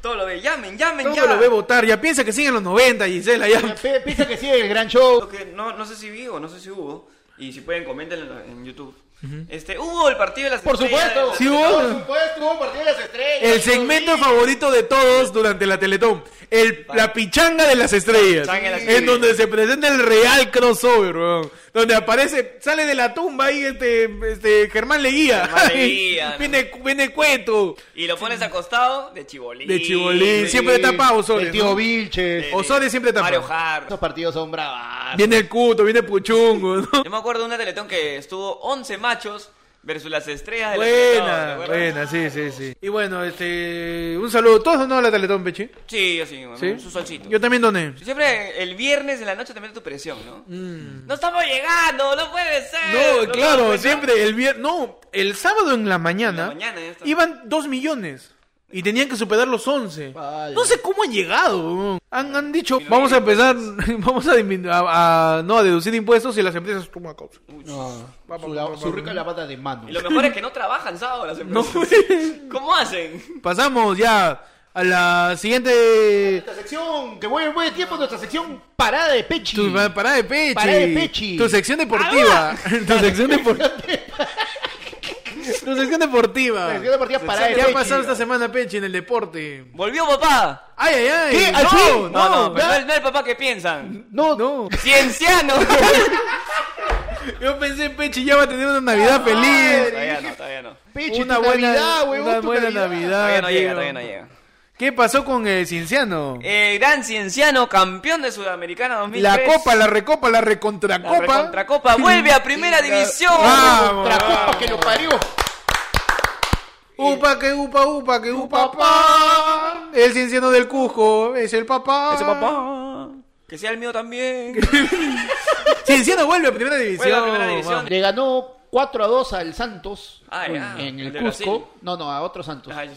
Speaker 3: Todo lo ve. Llamen, llamen,
Speaker 2: Todo
Speaker 3: ya.
Speaker 2: lo ve votar, ya piensa que siguen los 90, Gisela, ya.
Speaker 4: Pe- Piensa que sigue el gran show.
Speaker 3: Lo que no, no sé si vi o no sé si hubo. Y si pueden, comenten en, en YouTube. Este, hubo el partido de las
Speaker 4: Por
Speaker 3: estrellas.
Speaker 4: supuesto.
Speaker 2: Sí, hubo.
Speaker 4: Por supuesto, hubo partido de las estrellas.
Speaker 2: El segmento
Speaker 4: Sí.
Speaker 2: favorito de todos durante la Teletón. El, la pichanga de las estrellas.
Speaker 3: Pichanga de las
Speaker 2: En
Speaker 3: estrellas.
Speaker 2: donde se presenta el real crossover, weón. Donde aparece, sale de la tumba ahí este, este Germán Leguía.
Speaker 3: Germán Leguía, ¿no?
Speaker 2: viene, viene Cueto.
Speaker 3: Y lo pones acostado de chibolín.
Speaker 2: De chibolín. Siempre
Speaker 4: Sí,
Speaker 2: tapado, Osorio,
Speaker 4: El tío
Speaker 2: ¿no?
Speaker 4: Vilches.
Speaker 3: de-
Speaker 2: Osorio siempre tapado.
Speaker 3: Mario Hart.
Speaker 4: Estos partidos son bravas.
Speaker 2: Viene el Cuto, viene Puchungo, ¿no?
Speaker 3: Yo me acuerdo de una teletón que estuvo 11 machos versus las estrellas de la Teletón, ¿te
Speaker 2: Buena,
Speaker 3: acuerdas?
Speaker 2: buena, sí, sí, sí. Y bueno, este, un saludo. Todos donaron la Teletón, Pechi.
Speaker 3: Sí, yo sí,
Speaker 2: ¿Sí?
Speaker 3: su solcito.
Speaker 2: Yo también doné.
Speaker 3: Siempre el viernes en la noche te mete tu presión, ¿no? No estamos llegando, no puede ser.
Speaker 2: Mm. No, claro,
Speaker 3: puede ser.
Speaker 2: siempre el viernes, no, el sábado en la mañana,
Speaker 3: En la mañana, ya está.
Speaker 2: iban 2 millones y tenían que superar los 11.
Speaker 4: Vale.
Speaker 2: No sé cómo han llegado. Han, han dicho, vamos a empezar,
Speaker 3: pues.
Speaker 2: vamos a, dimin- a- a- no, a deducir impuestos y las empresas toman causa.
Speaker 4: No,
Speaker 2: Va, va,
Speaker 4: su,
Speaker 2: va,
Speaker 4: la-
Speaker 2: va,
Speaker 4: su
Speaker 2: va.
Speaker 4: rica la pata de mano.
Speaker 3: Y lo mejor es que no trabajan sábado las
Speaker 2: No,
Speaker 3: empresas. ¿Cómo hacen?
Speaker 2: pasamos ya a la siguiente
Speaker 4: Nuestra sección, que vuelve buen tiempo, nuestra sección parada de pechi.
Speaker 2: tu pa- parada de pechi.
Speaker 4: Parada de pechi.
Speaker 2: Tu sección deportiva. tu sección deportiva. tu sección
Speaker 4: La
Speaker 2: deportiva.
Speaker 4: sección de partida parada de
Speaker 2: ¿Qué ha
Speaker 4: pechi.
Speaker 2: pasado esta semana, Pechi, en el deporte?
Speaker 3: Volvió papá.
Speaker 2: ¡Ay, ay, ay!
Speaker 4: ¿Qué? ¿Al
Speaker 2: Eh, ¡No,
Speaker 4: fin?
Speaker 3: No, no,
Speaker 2: no!
Speaker 3: pero no
Speaker 4: ya.
Speaker 3: es, no es el papá que piensan.
Speaker 4: No,
Speaker 2: no.
Speaker 3: Cienciano.
Speaker 2: Yo pensé, Pechi, ya va a tener una Navidad feliz. Ah,
Speaker 3: todavía no, todavía no.
Speaker 4: pechi,
Speaker 2: una
Speaker 4: tu
Speaker 2: buena
Speaker 4: Navidad, huevón,
Speaker 2: una
Speaker 4: tu
Speaker 2: buena Navidad.
Speaker 3: Todavía no
Speaker 2: tío.
Speaker 3: llega, todavía no llega.
Speaker 2: ¿Qué pasó con el Cienciano?
Speaker 3: Eh, gran Cienciano, campeón de Sudamericana 2003.
Speaker 2: la copa, la recopa, la
Speaker 3: La
Speaker 2: recontracopa.
Speaker 3: recontracopa vuelve a primera división.
Speaker 2: Vamos.
Speaker 4: Otra copa que lo parió.
Speaker 2: Upa, que upa, upa, que upa, pa. El Cienciano del Cusco es el papá.
Speaker 3: Ese papá. Que sea el mío también.
Speaker 2: Cienciano vuelve a primera división.
Speaker 3: Vuelve a primera división.
Speaker 4: Le ganó 4 a 2 al Santos
Speaker 3: Ah,
Speaker 4: en,
Speaker 3: ya.
Speaker 4: en el
Speaker 3: El de
Speaker 4: Cusco.
Speaker 3: Brasil.
Speaker 4: No, no, a otro Santos.
Speaker 3: Ay,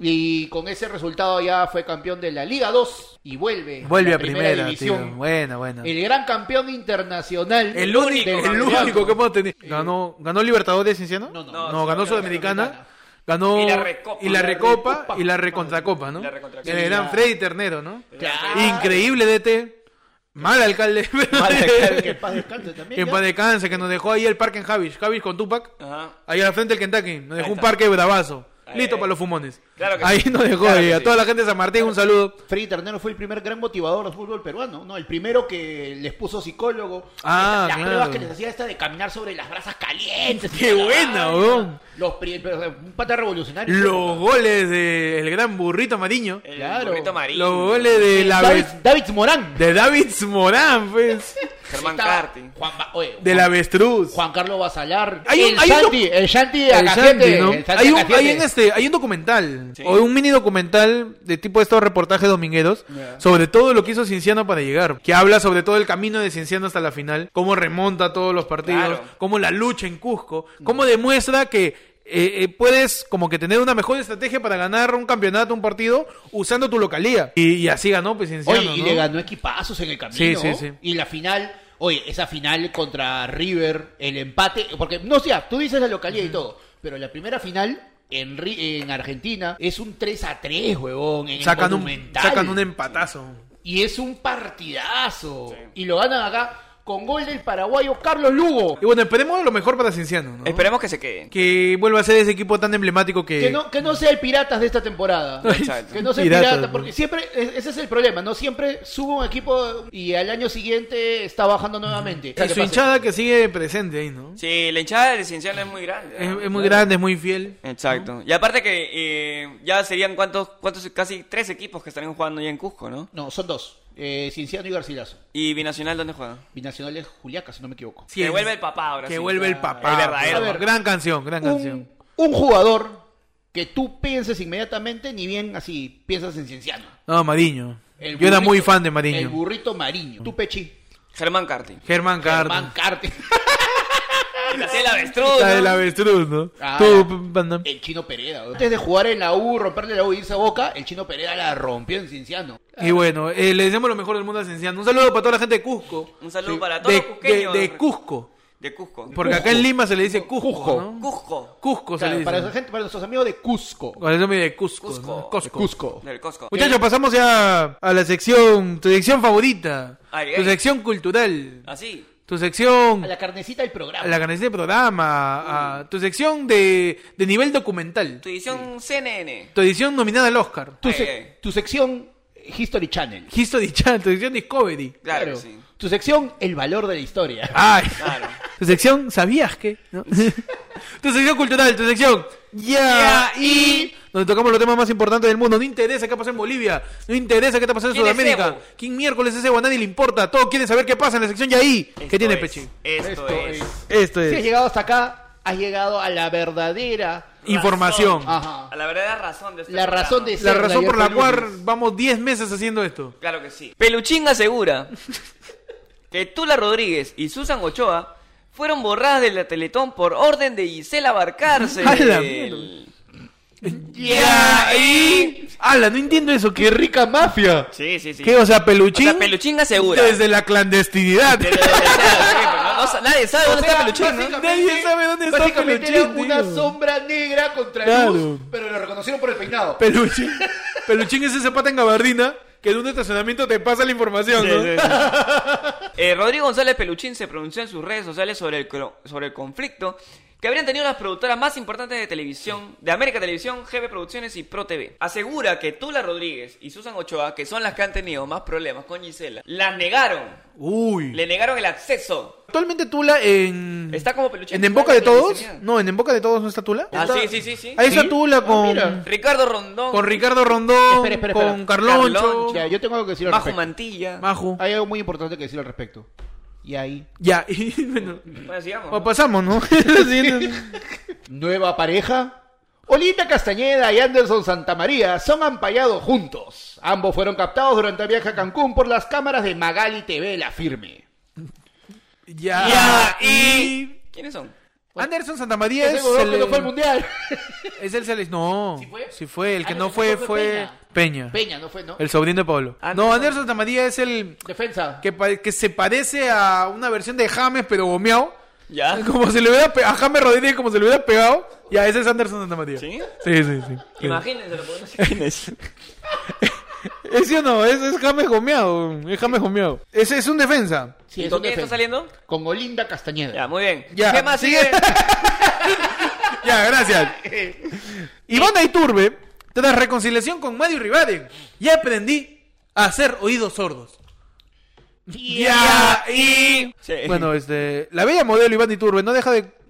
Speaker 4: Y con ese resultado ya fue campeón de la Liga 2 y vuelve,
Speaker 2: vamos. Vuelve
Speaker 4: la
Speaker 2: a primera,
Speaker 4: división.
Speaker 2: tío. Buena, buena.
Speaker 4: El gran campeón internacional.
Speaker 2: El único,
Speaker 4: del
Speaker 2: el
Speaker 4: campeonato.
Speaker 2: único que hemos tenido. Ganó, ganó Libertadores, Cienciano.
Speaker 4: No, no.
Speaker 2: no,
Speaker 3: No,
Speaker 2: ganó
Speaker 3: sí,
Speaker 2: Sudamericana. Ganó
Speaker 3: Y la Recopa.
Speaker 2: y la recopa
Speaker 4: Recopa.
Speaker 2: y la recontracopa, ¿no?
Speaker 3: La recontracopa. Ah.
Speaker 2: Que eran Freddy Ternero, ¿no?
Speaker 4: Claro.
Speaker 2: Increíble DT. Mal alcalde.
Speaker 4: Mal alcalde, Que en paz descanse
Speaker 2: Que
Speaker 4: también.
Speaker 2: en
Speaker 4: ya.
Speaker 2: paz descanse, que nos dejó ahí el parque en Javish. Javish con Tupac.
Speaker 3: Ajá.
Speaker 2: Ahí al frente del Kentucky. Nos dejó un
Speaker 3: Ah. está.
Speaker 2: parque bravazo. Listo para los fumones.
Speaker 3: Claro que
Speaker 2: Ahí
Speaker 3: sí.
Speaker 2: nos dejó.
Speaker 3: Claro
Speaker 2: y
Speaker 3: que
Speaker 2: a
Speaker 3: sí.
Speaker 2: toda la gente de San Martín, un saludo.
Speaker 4: Freddy Ternero fue el primer gran motivador del fútbol peruano, ¿no? El primero que les puso psicólogo.
Speaker 2: Ah,
Speaker 4: Las
Speaker 2: claro.
Speaker 4: pruebas que les hacía esta de caminar sobre las brasas calientes.
Speaker 2: ¡Qué buena, weón!
Speaker 4: Los pri- pero, o sea, un pata revolucionario.
Speaker 2: Los goles del gran burrito Mariño.
Speaker 3: El
Speaker 4: Claro.
Speaker 3: burrito amarillo.
Speaker 2: Los goles de la
Speaker 4: David,
Speaker 2: ave-
Speaker 4: David Morán.
Speaker 2: de David Morán, pues.
Speaker 3: Germán
Speaker 4: Estaba
Speaker 3: Carti.
Speaker 4: Juan, Ba- oye,
Speaker 2: Del avestruz.
Speaker 4: Juan Carlos Basalar.
Speaker 2: Hay un-
Speaker 4: el,
Speaker 2: hay un
Speaker 4: Shanti, el Shanti de
Speaker 2: El
Speaker 4: Acasiete,
Speaker 2: Shanti, ¿no?
Speaker 4: el Shanti
Speaker 2: Hay un,
Speaker 4: Acasiete.
Speaker 2: hay un, este, hay un documental,
Speaker 3: Sí.
Speaker 2: o un mini documental de tipo estos reportajes domingueros, sobre todo lo que hizo Cienciano para llegar, que habla sobre todo el camino de Cienciano hasta la final, cómo remonta todos los partidos,
Speaker 3: Claro.
Speaker 2: cómo la lucha en Cusco,
Speaker 4: Mm.
Speaker 2: cómo demuestra que eh, eh, puedes como que tener una mejor estrategia para ganar un campeonato, un partido, usando tu localía. Y, y así ganó pues Cienciano,
Speaker 4: Oye, y
Speaker 2: ¿no?
Speaker 4: le ganó equipazos en el camino.
Speaker 2: Sí, sí, sí.
Speaker 4: Y la final, oye, esa final contra River, el empate, porque no sé, tú dices la localidad y todo, pero la primera final en, Ri- en Argentina es un 3 a 3, huevón, en el
Speaker 2: Sacan un,
Speaker 4: Monumental.
Speaker 2: sacan un em- empatazo.
Speaker 4: y es un partidazo. Y lo ganan acá con gol del paraguayo Carlos Lugo.
Speaker 2: Y bueno, esperemos lo mejor para Cienciano, ¿no?
Speaker 3: Esperemos que se queden.
Speaker 2: que vuelva a ser ese equipo tan emblemático
Speaker 4: Que no, que no sea el Piratas de esta temporada.
Speaker 3: Exacto.
Speaker 4: Que no sea
Speaker 2: Piratas,
Speaker 4: pirata,
Speaker 2: ¿no?
Speaker 4: porque siempre, e- ese es el problema, ¿no? Siempre sube un equipo y al año siguiente está bajando nuevamente. O sea,
Speaker 2: Y
Speaker 4: que
Speaker 2: su
Speaker 4: pase.
Speaker 2: hinchada que sigue presente ahí, ¿no?
Speaker 3: Sí, la hinchada de Cienciano es muy grande.
Speaker 2: Es,
Speaker 3: ¿no?
Speaker 2: es muy grande, es muy fiel.
Speaker 3: Exacto. Y aparte que eh, ya serían cuántos, cuántos, casi tres equipos que estarían jugando ya en Cusco, ¿no?
Speaker 4: No, son dos. Eh, Cinciano y Garcilaso.
Speaker 3: ¿Y Binacional dónde juega?
Speaker 4: Binacional es Juliaca, si no me equivoco.
Speaker 3: Que vuelve el papá ahora
Speaker 2: Que
Speaker 3: sí.
Speaker 2: vuelve el papá.
Speaker 3: El verdadero.
Speaker 2: A ver, gran canción, gran
Speaker 4: Un,
Speaker 2: canción.
Speaker 4: un jugador que tú pienses inmediatamente, ni bien así piensas en Cienciano.
Speaker 2: No, Mariño.
Speaker 4: El
Speaker 2: Yo era
Speaker 4: burrito-
Speaker 2: muy fan de
Speaker 4: El
Speaker 2: Mariño. Mm.
Speaker 4: burrito Mariño. Tú, Pechi.
Speaker 3: Germán Carti.
Speaker 2: Germán
Speaker 4: Germán Carte.
Speaker 2: Carter.
Speaker 3: La del avestruz.
Speaker 2: La del
Speaker 3: ¿no?
Speaker 2: avestruz, ¿no?
Speaker 4: Ah.
Speaker 2: Tú, p- banda.
Speaker 4: El Chino Pereda. weón. Antes de jugar en la U, romperle la U y irse a Boca, el Chino Pereda la rompió en Cienciano.
Speaker 2: Y bueno, eh, le deseamos lo mejor del mundo a Cienciano. Un saludo para toda la gente de Cusco.
Speaker 3: Un saludo
Speaker 4: Sí.
Speaker 3: para todos
Speaker 2: De,
Speaker 3: los cusqueños.
Speaker 2: de- de Cusco.
Speaker 3: De Cusco.
Speaker 2: Porque acá en Lima se le dice Cusco,
Speaker 4: Cusco.
Speaker 2: ¿no?
Speaker 3: Cusco.
Speaker 2: Cusco se
Speaker 4: Claro,
Speaker 2: le dice.
Speaker 4: para, esa gente, para nuestros amigos de Cusco.
Speaker 2: Bueno, yo me de Cusco. ¿no?
Speaker 3: Cusco.
Speaker 2: Cusco.
Speaker 4: Cusco.
Speaker 3: Del Cusco.
Speaker 2: Muchachos, pasamos ya a la sección, tu sección favorita,
Speaker 3: Ay,
Speaker 2: tu
Speaker 3: ay.
Speaker 2: sección cultural,
Speaker 3: Así.
Speaker 2: tu sección
Speaker 4: A la carnecita del
Speaker 2: a
Speaker 4: programa.
Speaker 2: la canción de programa, a tu sección de, de nivel documental,
Speaker 3: Tu edición CNN.
Speaker 2: tu edición nominada al Oscar,
Speaker 4: Tu,
Speaker 2: tu
Speaker 3: Ay,
Speaker 4: sec-
Speaker 3: ay.
Speaker 4: tu sección History Channel.
Speaker 2: History Channel, tu sección Discovery,
Speaker 3: Claro, que sí.
Speaker 4: Tu sección El valor de la historia.
Speaker 2: ay,
Speaker 3: Claro.
Speaker 2: tu sección ¿Sabías qué? ¿No? tu sección cultural, tu sección
Speaker 3: Ya
Speaker 2: Ya y...
Speaker 3: y-
Speaker 2: Donde tocamos los temas más importantes del mundo. No interesa qué pasa en Bolivia. No interesa qué está pasando en
Speaker 3: ¿Quién es
Speaker 2: Sudamérica.
Speaker 3: Evo?
Speaker 2: ¿Quién miércoles es Evo? A nadie le importa. Todos quieren saber qué pasa en la sección Ya ahí. ¿Qué
Speaker 3: Esto
Speaker 2: tiene
Speaker 3: es,
Speaker 2: Pechi?
Speaker 3: Esto, es.
Speaker 2: Esto
Speaker 4: Si has
Speaker 2: es
Speaker 4: llegado hasta acá, has llegado a la verdadera.
Speaker 2: información.
Speaker 3: razón.
Speaker 4: Ajá.
Speaker 3: A la verdadera razón de este
Speaker 4: La razón
Speaker 3: programa.
Speaker 4: de ser.
Speaker 2: La razón
Speaker 4: ayer
Speaker 2: por la
Speaker 4: fue lunes.
Speaker 2: cual vamos 10 meses haciendo esto.
Speaker 3: Claro que sí. Peluchín asegura que Tula Rodríguez y Susan Ochoa fueron borradas de la Teletón por orden de Gisela Barcarcel.
Speaker 2: ¡A la mierda! Ya ahí. Ala, no entiendo eso.
Speaker 4: ¡Qué
Speaker 2: ¿Qué,
Speaker 4: rica mafia!
Speaker 3: Sí, sí, sí.
Speaker 2: qué, o sea, peluchín?
Speaker 3: O sea, Peluchín asegura.
Speaker 2: Desde la clandestinidad.
Speaker 3: Desde la Teletón, sí, pero no- no sa- nadie sabe dónde está Peluchín, ¿no?
Speaker 2: Nadie sabe dónde está
Speaker 4: Básicamente era
Speaker 2: peluchín.
Speaker 4: una
Speaker 2: tío.
Speaker 4: sombra negra contra
Speaker 2: Claro.
Speaker 4: luz, pero lo reconocieron por el peinado.
Speaker 2: Peluchín. Peluchín es ese pata en gabardina que de un estacionamiento te pasa la información, ¿no?
Speaker 3: Eh, Rodrigo González Peluchín se pronunció en sus redes sociales sobre el, cro- sobre el conflicto que habrían tenido las productoras más importantes de televisión, de América Televisión, GB Producciones y Pro TV. Asegura que Tula Rodríguez y Susan Ochoa, que son las que han tenido más problemas con Gisela, las negaron.
Speaker 2: Uy.
Speaker 3: Le negaron el acceso.
Speaker 2: Actualmente Tula en...
Speaker 3: Está como peluchín.
Speaker 2: ¿En En Boca de
Speaker 3: Claro,
Speaker 2: Todos?
Speaker 3: sí, sí.
Speaker 2: No, en En Boca de Todos no está Tula.
Speaker 3: Ah,
Speaker 2: Está-
Speaker 3: sí, sí, sí, sí.
Speaker 2: Ahí está
Speaker 4: ¿Sí?
Speaker 2: Tula
Speaker 4: Ah,
Speaker 2: con...
Speaker 4: mira.
Speaker 3: Ricardo Rondón.
Speaker 2: con Ricardo Rondón,
Speaker 4: Espera, espera, espera.
Speaker 2: con Carloncho,
Speaker 3: Carloncho.
Speaker 4: Ya, yo tengo algo que decir al
Speaker 3: Majo
Speaker 4: respecto.
Speaker 3: Mantilla.
Speaker 2: Majo.
Speaker 4: Hay algo muy importante que decir al respecto. Y ahí,
Speaker 2: Ya, y bueno,
Speaker 3: Bueno, sigamos.
Speaker 2: o pasamos, ¿no? La siguiente.
Speaker 4: nueva pareja. Olinda Castañeda y Anderson Santamaría son ampallados juntos. Ambos fueron captados durante el viaje a Cancún por las cámaras de Magali TV La Firme.
Speaker 2: ya,
Speaker 3: Ya, y... ¿Quiénes son?
Speaker 2: Anderson Santamaría
Speaker 4: Ese
Speaker 2: es
Speaker 4: huevón que
Speaker 2: el,
Speaker 4: no fue al mundial.
Speaker 2: es el sele- no, ¿Sí
Speaker 4: fue?
Speaker 2: el que
Speaker 4: Ah,
Speaker 2: no
Speaker 4: no,
Speaker 2: fue
Speaker 4: no fue
Speaker 2: fue Peña.
Speaker 4: Peña, no fue, ¿no?
Speaker 2: el sobrino de Pablo.
Speaker 3: Anderson.
Speaker 2: No, Anderson Santamaría es el
Speaker 4: Defensa.
Speaker 2: que, pa- que se parece a una versión de James pero gomeado.
Speaker 3: Ya.
Speaker 2: Como se le hubiera pe- a James Rodríguez como se le hubiera pegado, ya ese es Anderson Santamaría.
Speaker 3: ¿Sí?
Speaker 2: Sí, sí, sí.
Speaker 3: Imagínense lo podemos
Speaker 2: ¿Es sí o no? Es, es James gomeado, es James gomeado. Ese es un defensa.
Speaker 4: Sí,
Speaker 3: ¿Y
Speaker 4: es
Speaker 3: con
Speaker 4: un
Speaker 3: quién está
Speaker 4: defensa.
Speaker 3: saliendo?
Speaker 4: Con Olinda Castañeda.
Speaker 3: Ya, muy bien.
Speaker 2: Ya.
Speaker 3: ¿Qué más sigue?
Speaker 2: Ya, gracias. Ivana Iturbe, tras reconciliación con Mario Rivaden, ya aprendí a hacer oídos sordos. Ya, y...
Speaker 3: Sí.
Speaker 2: Bueno, este, la bella modelo Ivana Iturbe no deja de...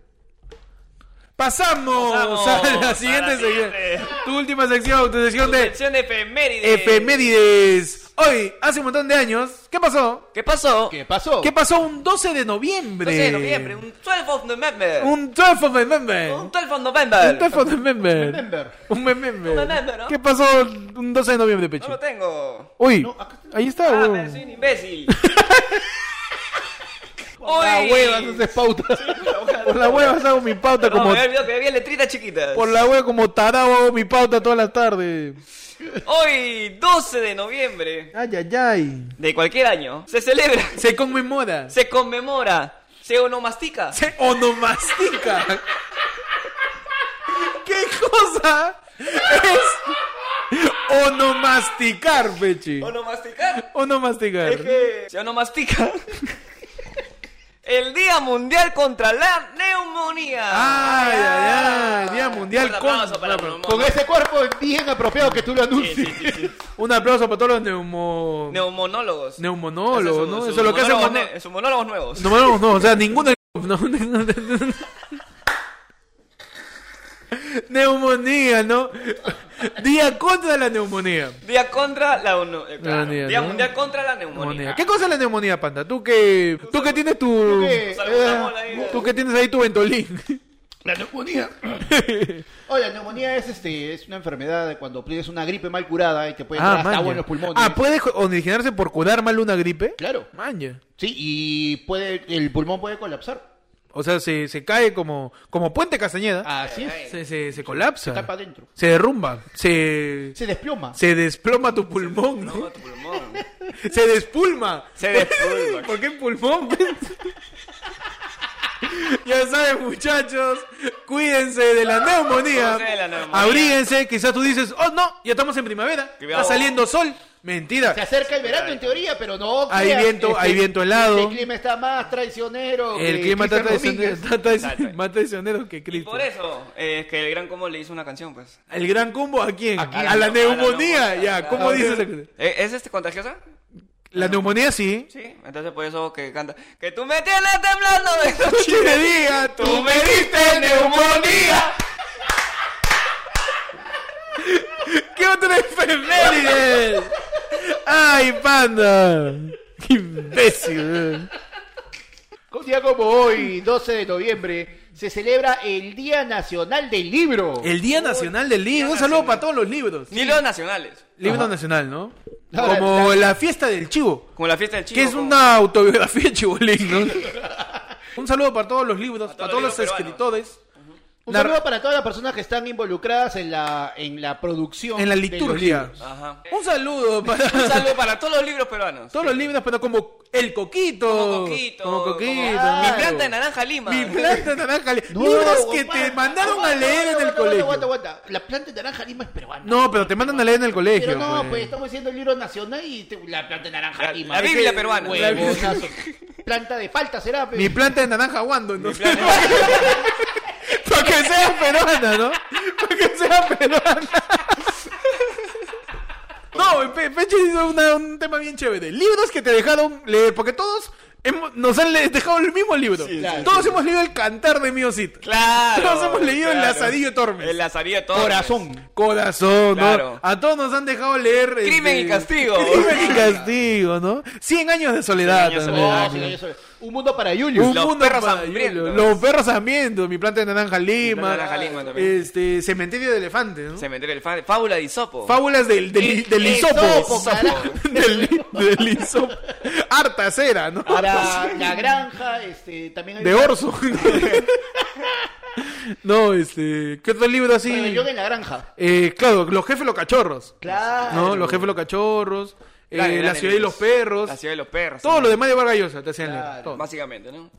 Speaker 2: Pasamos,
Speaker 3: Pasamos
Speaker 2: a
Speaker 3: a la
Speaker 2: la siguiente sección.
Speaker 3: siguiente.
Speaker 2: Tu última sección, tu sección de
Speaker 3: Sección de efemérides.
Speaker 2: efemérides. Hoy, hace un montón de años, ¿qué pasó?
Speaker 3: ¿Qué pasó?
Speaker 4: ¿Qué pasó?
Speaker 2: ¿Qué pasó un 12 de noviembre?
Speaker 3: 12 de noviembre, un Oh. 12 of November.
Speaker 2: Un 12 de noviembre.
Speaker 3: Un 12 of November.
Speaker 2: Un teléfono de member.
Speaker 4: Remember.
Speaker 2: Un member.
Speaker 3: Un member, ¿no?
Speaker 2: ¿Qué pasó un 12 de noviembre,
Speaker 3: No
Speaker 2: Pecho?
Speaker 3: lo tengo.
Speaker 2: Uy,
Speaker 4: No, acá está.
Speaker 2: ahí está, oh.
Speaker 3: Ah,
Speaker 2: weón.
Speaker 3: pero soy un imbécil.
Speaker 4: La
Speaker 3: Hoy.
Speaker 4: hueva, no haces pauta.
Speaker 2: Por la hueva hago mi pauta
Speaker 3: Perdón,
Speaker 2: como...
Speaker 3: me había olvidado que había letritas chiquitas.
Speaker 2: Por la hueva como tarado hago mi pauta todas las tardes.
Speaker 3: Hoy, 12 de noviembre
Speaker 2: Ay, ay, ay.
Speaker 3: de cualquier año, se celebra,
Speaker 2: Se conmemora.
Speaker 3: se conmemora, se onomastica.
Speaker 2: Se onomastica. ¿Qué cosa es onomasticar, Pechi?
Speaker 3: ¿Onomasticar?
Speaker 2: Onomasticar.
Speaker 3: Es que se onomastica. El Día Mundial contra la Neumonía. Ah.
Speaker 2: Ay, ay, ay. Día Mundial
Speaker 3: Un
Speaker 2: con...
Speaker 3: aplauso para la neumonía.
Speaker 4: Con ese cuerpo bien apropiado que tú lo
Speaker 3: Sí,
Speaker 4: anuncies.
Speaker 3: sí, sí, sí.
Speaker 2: Un aplauso para todos los neumo...
Speaker 3: Neumonólogos.
Speaker 2: neumonólogos, ¿no?
Speaker 3: Ese
Speaker 2: Eso es lo que hacen
Speaker 3: monólogos
Speaker 2: mono-
Speaker 3: ne- sus monólogos nuevos.
Speaker 2: Neumonólogos, no, o sea, ninguno... no, no, no, no. Neumonía, ¿no? Día contra la neumonía.
Speaker 3: Día contra la ono- eh, claro.
Speaker 2: Neumonía,
Speaker 3: Día
Speaker 2: ¿no?
Speaker 3: Mundial contra la Neumonía.
Speaker 2: Neumonía. ¿Qué cosa es la neumonía, panda? Tú que... Tú que tienes tu...
Speaker 4: que-
Speaker 3: Saludamos la eh. idea.
Speaker 2: Eh, Tú que tienes ahí tu ventolín.
Speaker 4: La neumonía. Oye, la neumonía es este, es una enfermedad de cuando tienes una gripe mal curada y te puede entrar hasta
Speaker 2: Ah, maña.
Speaker 4: agua en Pues, los pulmones.
Speaker 2: Ah, ¿puede originarse por curar mal una gripe?
Speaker 4: Claro.
Speaker 2: Maña.
Speaker 4: Sí, y puede, el pulmón puede colapsar.
Speaker 2: O sea, se, se cae como, como Puente Castañeda.
Speaker 4: Así es.
Speaker 2: Se, se, se colapsa.
Speaker 4: Se tapa adentro.
Speaker 2: Se derrumba. Se,
Speaker 4: Se desploma.
Speaker 2: se desploma tu pulmón. ¿eh? ¿no?
Speaker 3: No, tu pulmón.
Speaker 2: Se despulma.
Speaker 3: Se despulma.
Speaker 2: ¿Por qué pulmón? ya saben, muchachos. Cuídense de la neumonía.
Speaker 3: Cuídense de la neumonía.
Speaker 2: Abríguense. Quizás tú dices, oh no, ya estamos en primavera.
Speaker 3: Que
Speaker 2: Está
Speaker 3: veo-
Speaker 2: saliendo sol.
Speaker 4: Se
Speaker 2: Mentira.
Speaker 4: acerca el verano en teoría, pero no.
Speaker 2: Hay
Speaker 4: creas,
Speaker 2: viento- hay viento helado.
Speaker 4: El clima está más traicionero.
Speaker 2: El
Speaker 4: que
Speaker 2: clima está
Speaker 4: Cristian
Speaker 2: traicionero,
Speaker 4: Domínguez.
Speaker 2: está traici-
Speaker 3: Exacto.
Speaker 2: más traicionero que
Speaker 3: Y
Speaker 2: Cristo.
Speaker 3: por eso eh, es que el gran combo le hizo una canción, pues.
Speaker 2: ¿El gran combo a quién?
Speaker 3: ¿A
Speaker 2: A,
Speaker 3: quién?
Speaker 2: la,
Speaker 3: A la
Speaker 2: neumonía.
Speaker 3: neumonía,
Speaker 2: ya,
Speaker 3: claro.
Speaker 2: ¿cómo dices?
Speaker 3: Eh, ¿Es este contagiosa?
Speaker 2: La neumonía sí.
Speaker 3: Sí. Entonces por eso que canta que tú me tienes temblando de noche.
Speaker 2: ¿Quién me diga? Tú me diste neumonía. ¿Qué otra efeméride? ¡Ay, panda! ¡Qué imbécil!
Speaker 4: Un día como hoy, 12 de noviembre, se celebra el Día Nacional del Libro.
Speaker 2: El Día Nacional del Libro. Un saludo para todos los libros.
Speaker 3: Ni los nacionales.
Speaker 2: Libro nacional, ¿no?
Speaker 4: Ahora,
Speaker 2: Como la fiesta del chivo.
Speaker 3: Como la fiesta del chico.
Speaker 2: Que es
Speaker 3: como-
Speaker 2: una autobiografía de Chibolín, ¿no? Un saludo para todos los libros, para todos los
Speaker 3: libros peruanos.
Speaker 2: escritores.
Speaker 4: Un
Speaker 2: La-
Speaker 4: saludo para todas las personas que están involucradas en la, en la producción.
Speaker 2: En la
Speaker 4: de los
Speaker 2: liturgia.
Speaker 4: libros.
Speaker 3: Ajá.
Speaker 2: Un saludo para
Speaker 3: Un saludo para todos los libros peruanos.
Speaker 2: todos los libros, pero como El Coquito.
Speaker 3: Como Coquito,
Speaker 2: Como Coquito.
Speaker 3: como-
Speaker 4: Claro.
Speaker 3: Mi planta de naranja lima.
Speaker 2: Mi planta naranja. li-
Speaker 4: No,
Speaker 2: libros que
Speaker 4: aguanta,
Speaker 2: te mandaron
Speaker 4: aguanta,
Speaker 2: a leer en
Speaker 4: aguanta,
Speaker 2: el
Speaker 4: aguanta,
Speaker 2: colegio.
Speaker 4: Aguanta, aguanta. La planta de naranja lima es peruana.
Speaker 2: No, pero te mandan a leer en el colegio.
Speaker 4: Pero no,
Speaker 2: pues.
Speaker 4: pues estamos diciendo el libro nacional y te- la planta de naranja
Speaker 3: La-
Speaker 4: lima.
Speaker 3: la
Speaker 4: Ese
Speaker 3: Biblia peruana.
Speaker 4: huevonazo. planta de falta será, pues. pe.
Speaker 2: Mi planta de naranja guando, ¿no? Para que sea peruana, ¿no? Para que sea peruana. No, Pe- Peche hizo una- un tema bien chévere. Libros que te dejaron leer, porque todos hemos- nos han le- dejado el mismo libro.
Speaker 4: sí,
Speaker 2: todos hemos leído El Cantar de Mio Cid.
Speaker 3: Claro.
Speaker 2: Todos hemos leído El
Speaker 3: claro.
Speaker 2: Lazarillo Tormes.
Speaker 3: El Lazarillo Tormes.
Speaker 4: Corazón.
Speaker 2: Corazón, ¿no?
Speaker 3: Claro.
Speaker 2: A todos nos han dejado leer. este,
Speaker 3: Crimen y castigo.
Speaker 2: Crimen y castigo, ¿no? 100 años de soledad.
Speaker 3: años de
Speaker 2: también.
Speaker 3: soledad.
Speaker 4: Oh, sí, yo soy- Un mundo para Julius.
Speaker 2: Un
Speaker 3: Los
Speaker 2: mundo
Speaker 3: perros
Speaker 2: para-
Speaker 3: hambrientos.
Speaker 2: Los perros hambrientos, mi planta de naranja
Speaker 3: Mi
Speaker 2: lima.
Speaker 3: planta de naranja lima también.
Speaker 2: este, cementerio de elefantes, ¿no?
Speaker 3: Cementerio del Fa- Fábula de Isopo.
Speaker 2: Fábulas del,
Speaker 3: Eh,
Speaker 2: del, del
Speaker 4: Esopo,
Speaker 2: hisopo.
Speaker 4: carajo.
Speaker 2: del, del hisopo. Harta cera, ¿no?
Speaker 4: Para la granja, este, también hay
Speaker 2: De
Speaker 4: un-
Speaker 2: orso. no, este. ¿Qué otro libro así?
Speaker 4: Rebelión en la granja.
Speaker 2: Eh, claro, los jefes los cachorros.
Speaker 4: Claro.
Speaker 2: ¿No? Los jefes los cachorros. eh,
Speaker 3: Claro,
Speaker 2: la
Speaker 3: Gran
Speaker 2: ciudad y
Speaker 3: Hermes.
Speaker 2: los perros.
Speaker 3: La ciudad de los perros.
Speaker 2: Todo lo demás de Vargas Llosa te hacían leer,
Speaker 4: Claro.
Speaker 2: todo.
Speaker 3: Básicamente, ¿no?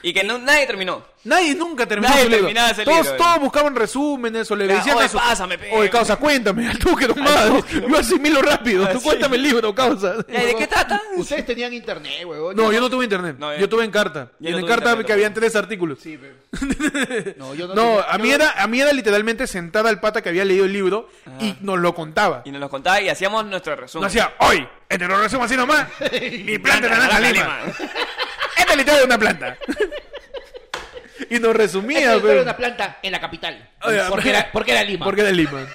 Speaker 3: Y que no, nadie terminó.
Speaker 2: Nadie nunca terminó
Speaker 3: Nadie
Speaker 2: su libro.
Speaker 3: terminaba ese
Speaker 2: todos,
Speaker 3: libro,
Speaker 2: todos
Speaker 3: eh.
Speaker 2: buscaban resúmenes o le
Speaker 3: Claro,
Speaker 2: decían
Speaker 3: "Oye,
Speaker 2: eso.
Speaker 3: pásame, pe".
Speaker 2: Oye, causa, cuéntame, al toque nomás. Yo asimilo rápido.
Speaker 3: Ah,
Speaker 2: Tú
Speaker 3: sí.
Speaker 2: cuéntame el libro, causa.
Speaker 3: Ya, ¿y ¿De qué trata?
Speaker 4: Ustedes tenían internet, huevón.
Speaker 2: No, yo no tuve internet.
Speaker 3: No, yo-
Speaker 2: yo tuve en carta.
Speaker 3: yo
Speaker 2: Y
Speaker 3: no
Speaker 2: en
Speaker 3: tuve
Speaker 2: carta
Speaker 3: internet
Speaker 2: que habían
Speaker 3: tampoco.
Speaker 2: tres artículos.
Speaker 4: Sí, pe. No, yo no.
Speaker 2: No,
Speaker 4: tenía-
Speaker 2: a mí,
Speaker 4: yo-
Speaker 2: era, a mí era literalmente sentada al pata que había leído el libro y nos lo contaba.
Speaker 3: Ah. Y nos lo contaba y hacíamos nuestro resumen.
Speaker 2: No hacía, hoy, en el resumo así nomás, mi planta de naranja
Speaker 3: Naranja
Speaker 2: lima.
Speaker 3: lima.
Speaker 2: Esta es la historia de una planta. y nos
Speaker 4: Esta
Speaker 2: resumía,
Speaker 4: historia
Speaker 2: pero-
Speaker 4: de una planta en la capital.
Speaker 2: Oye,
Speaker 4: Porque era, porque era Lima.
Speaker 2: Porque era Lima.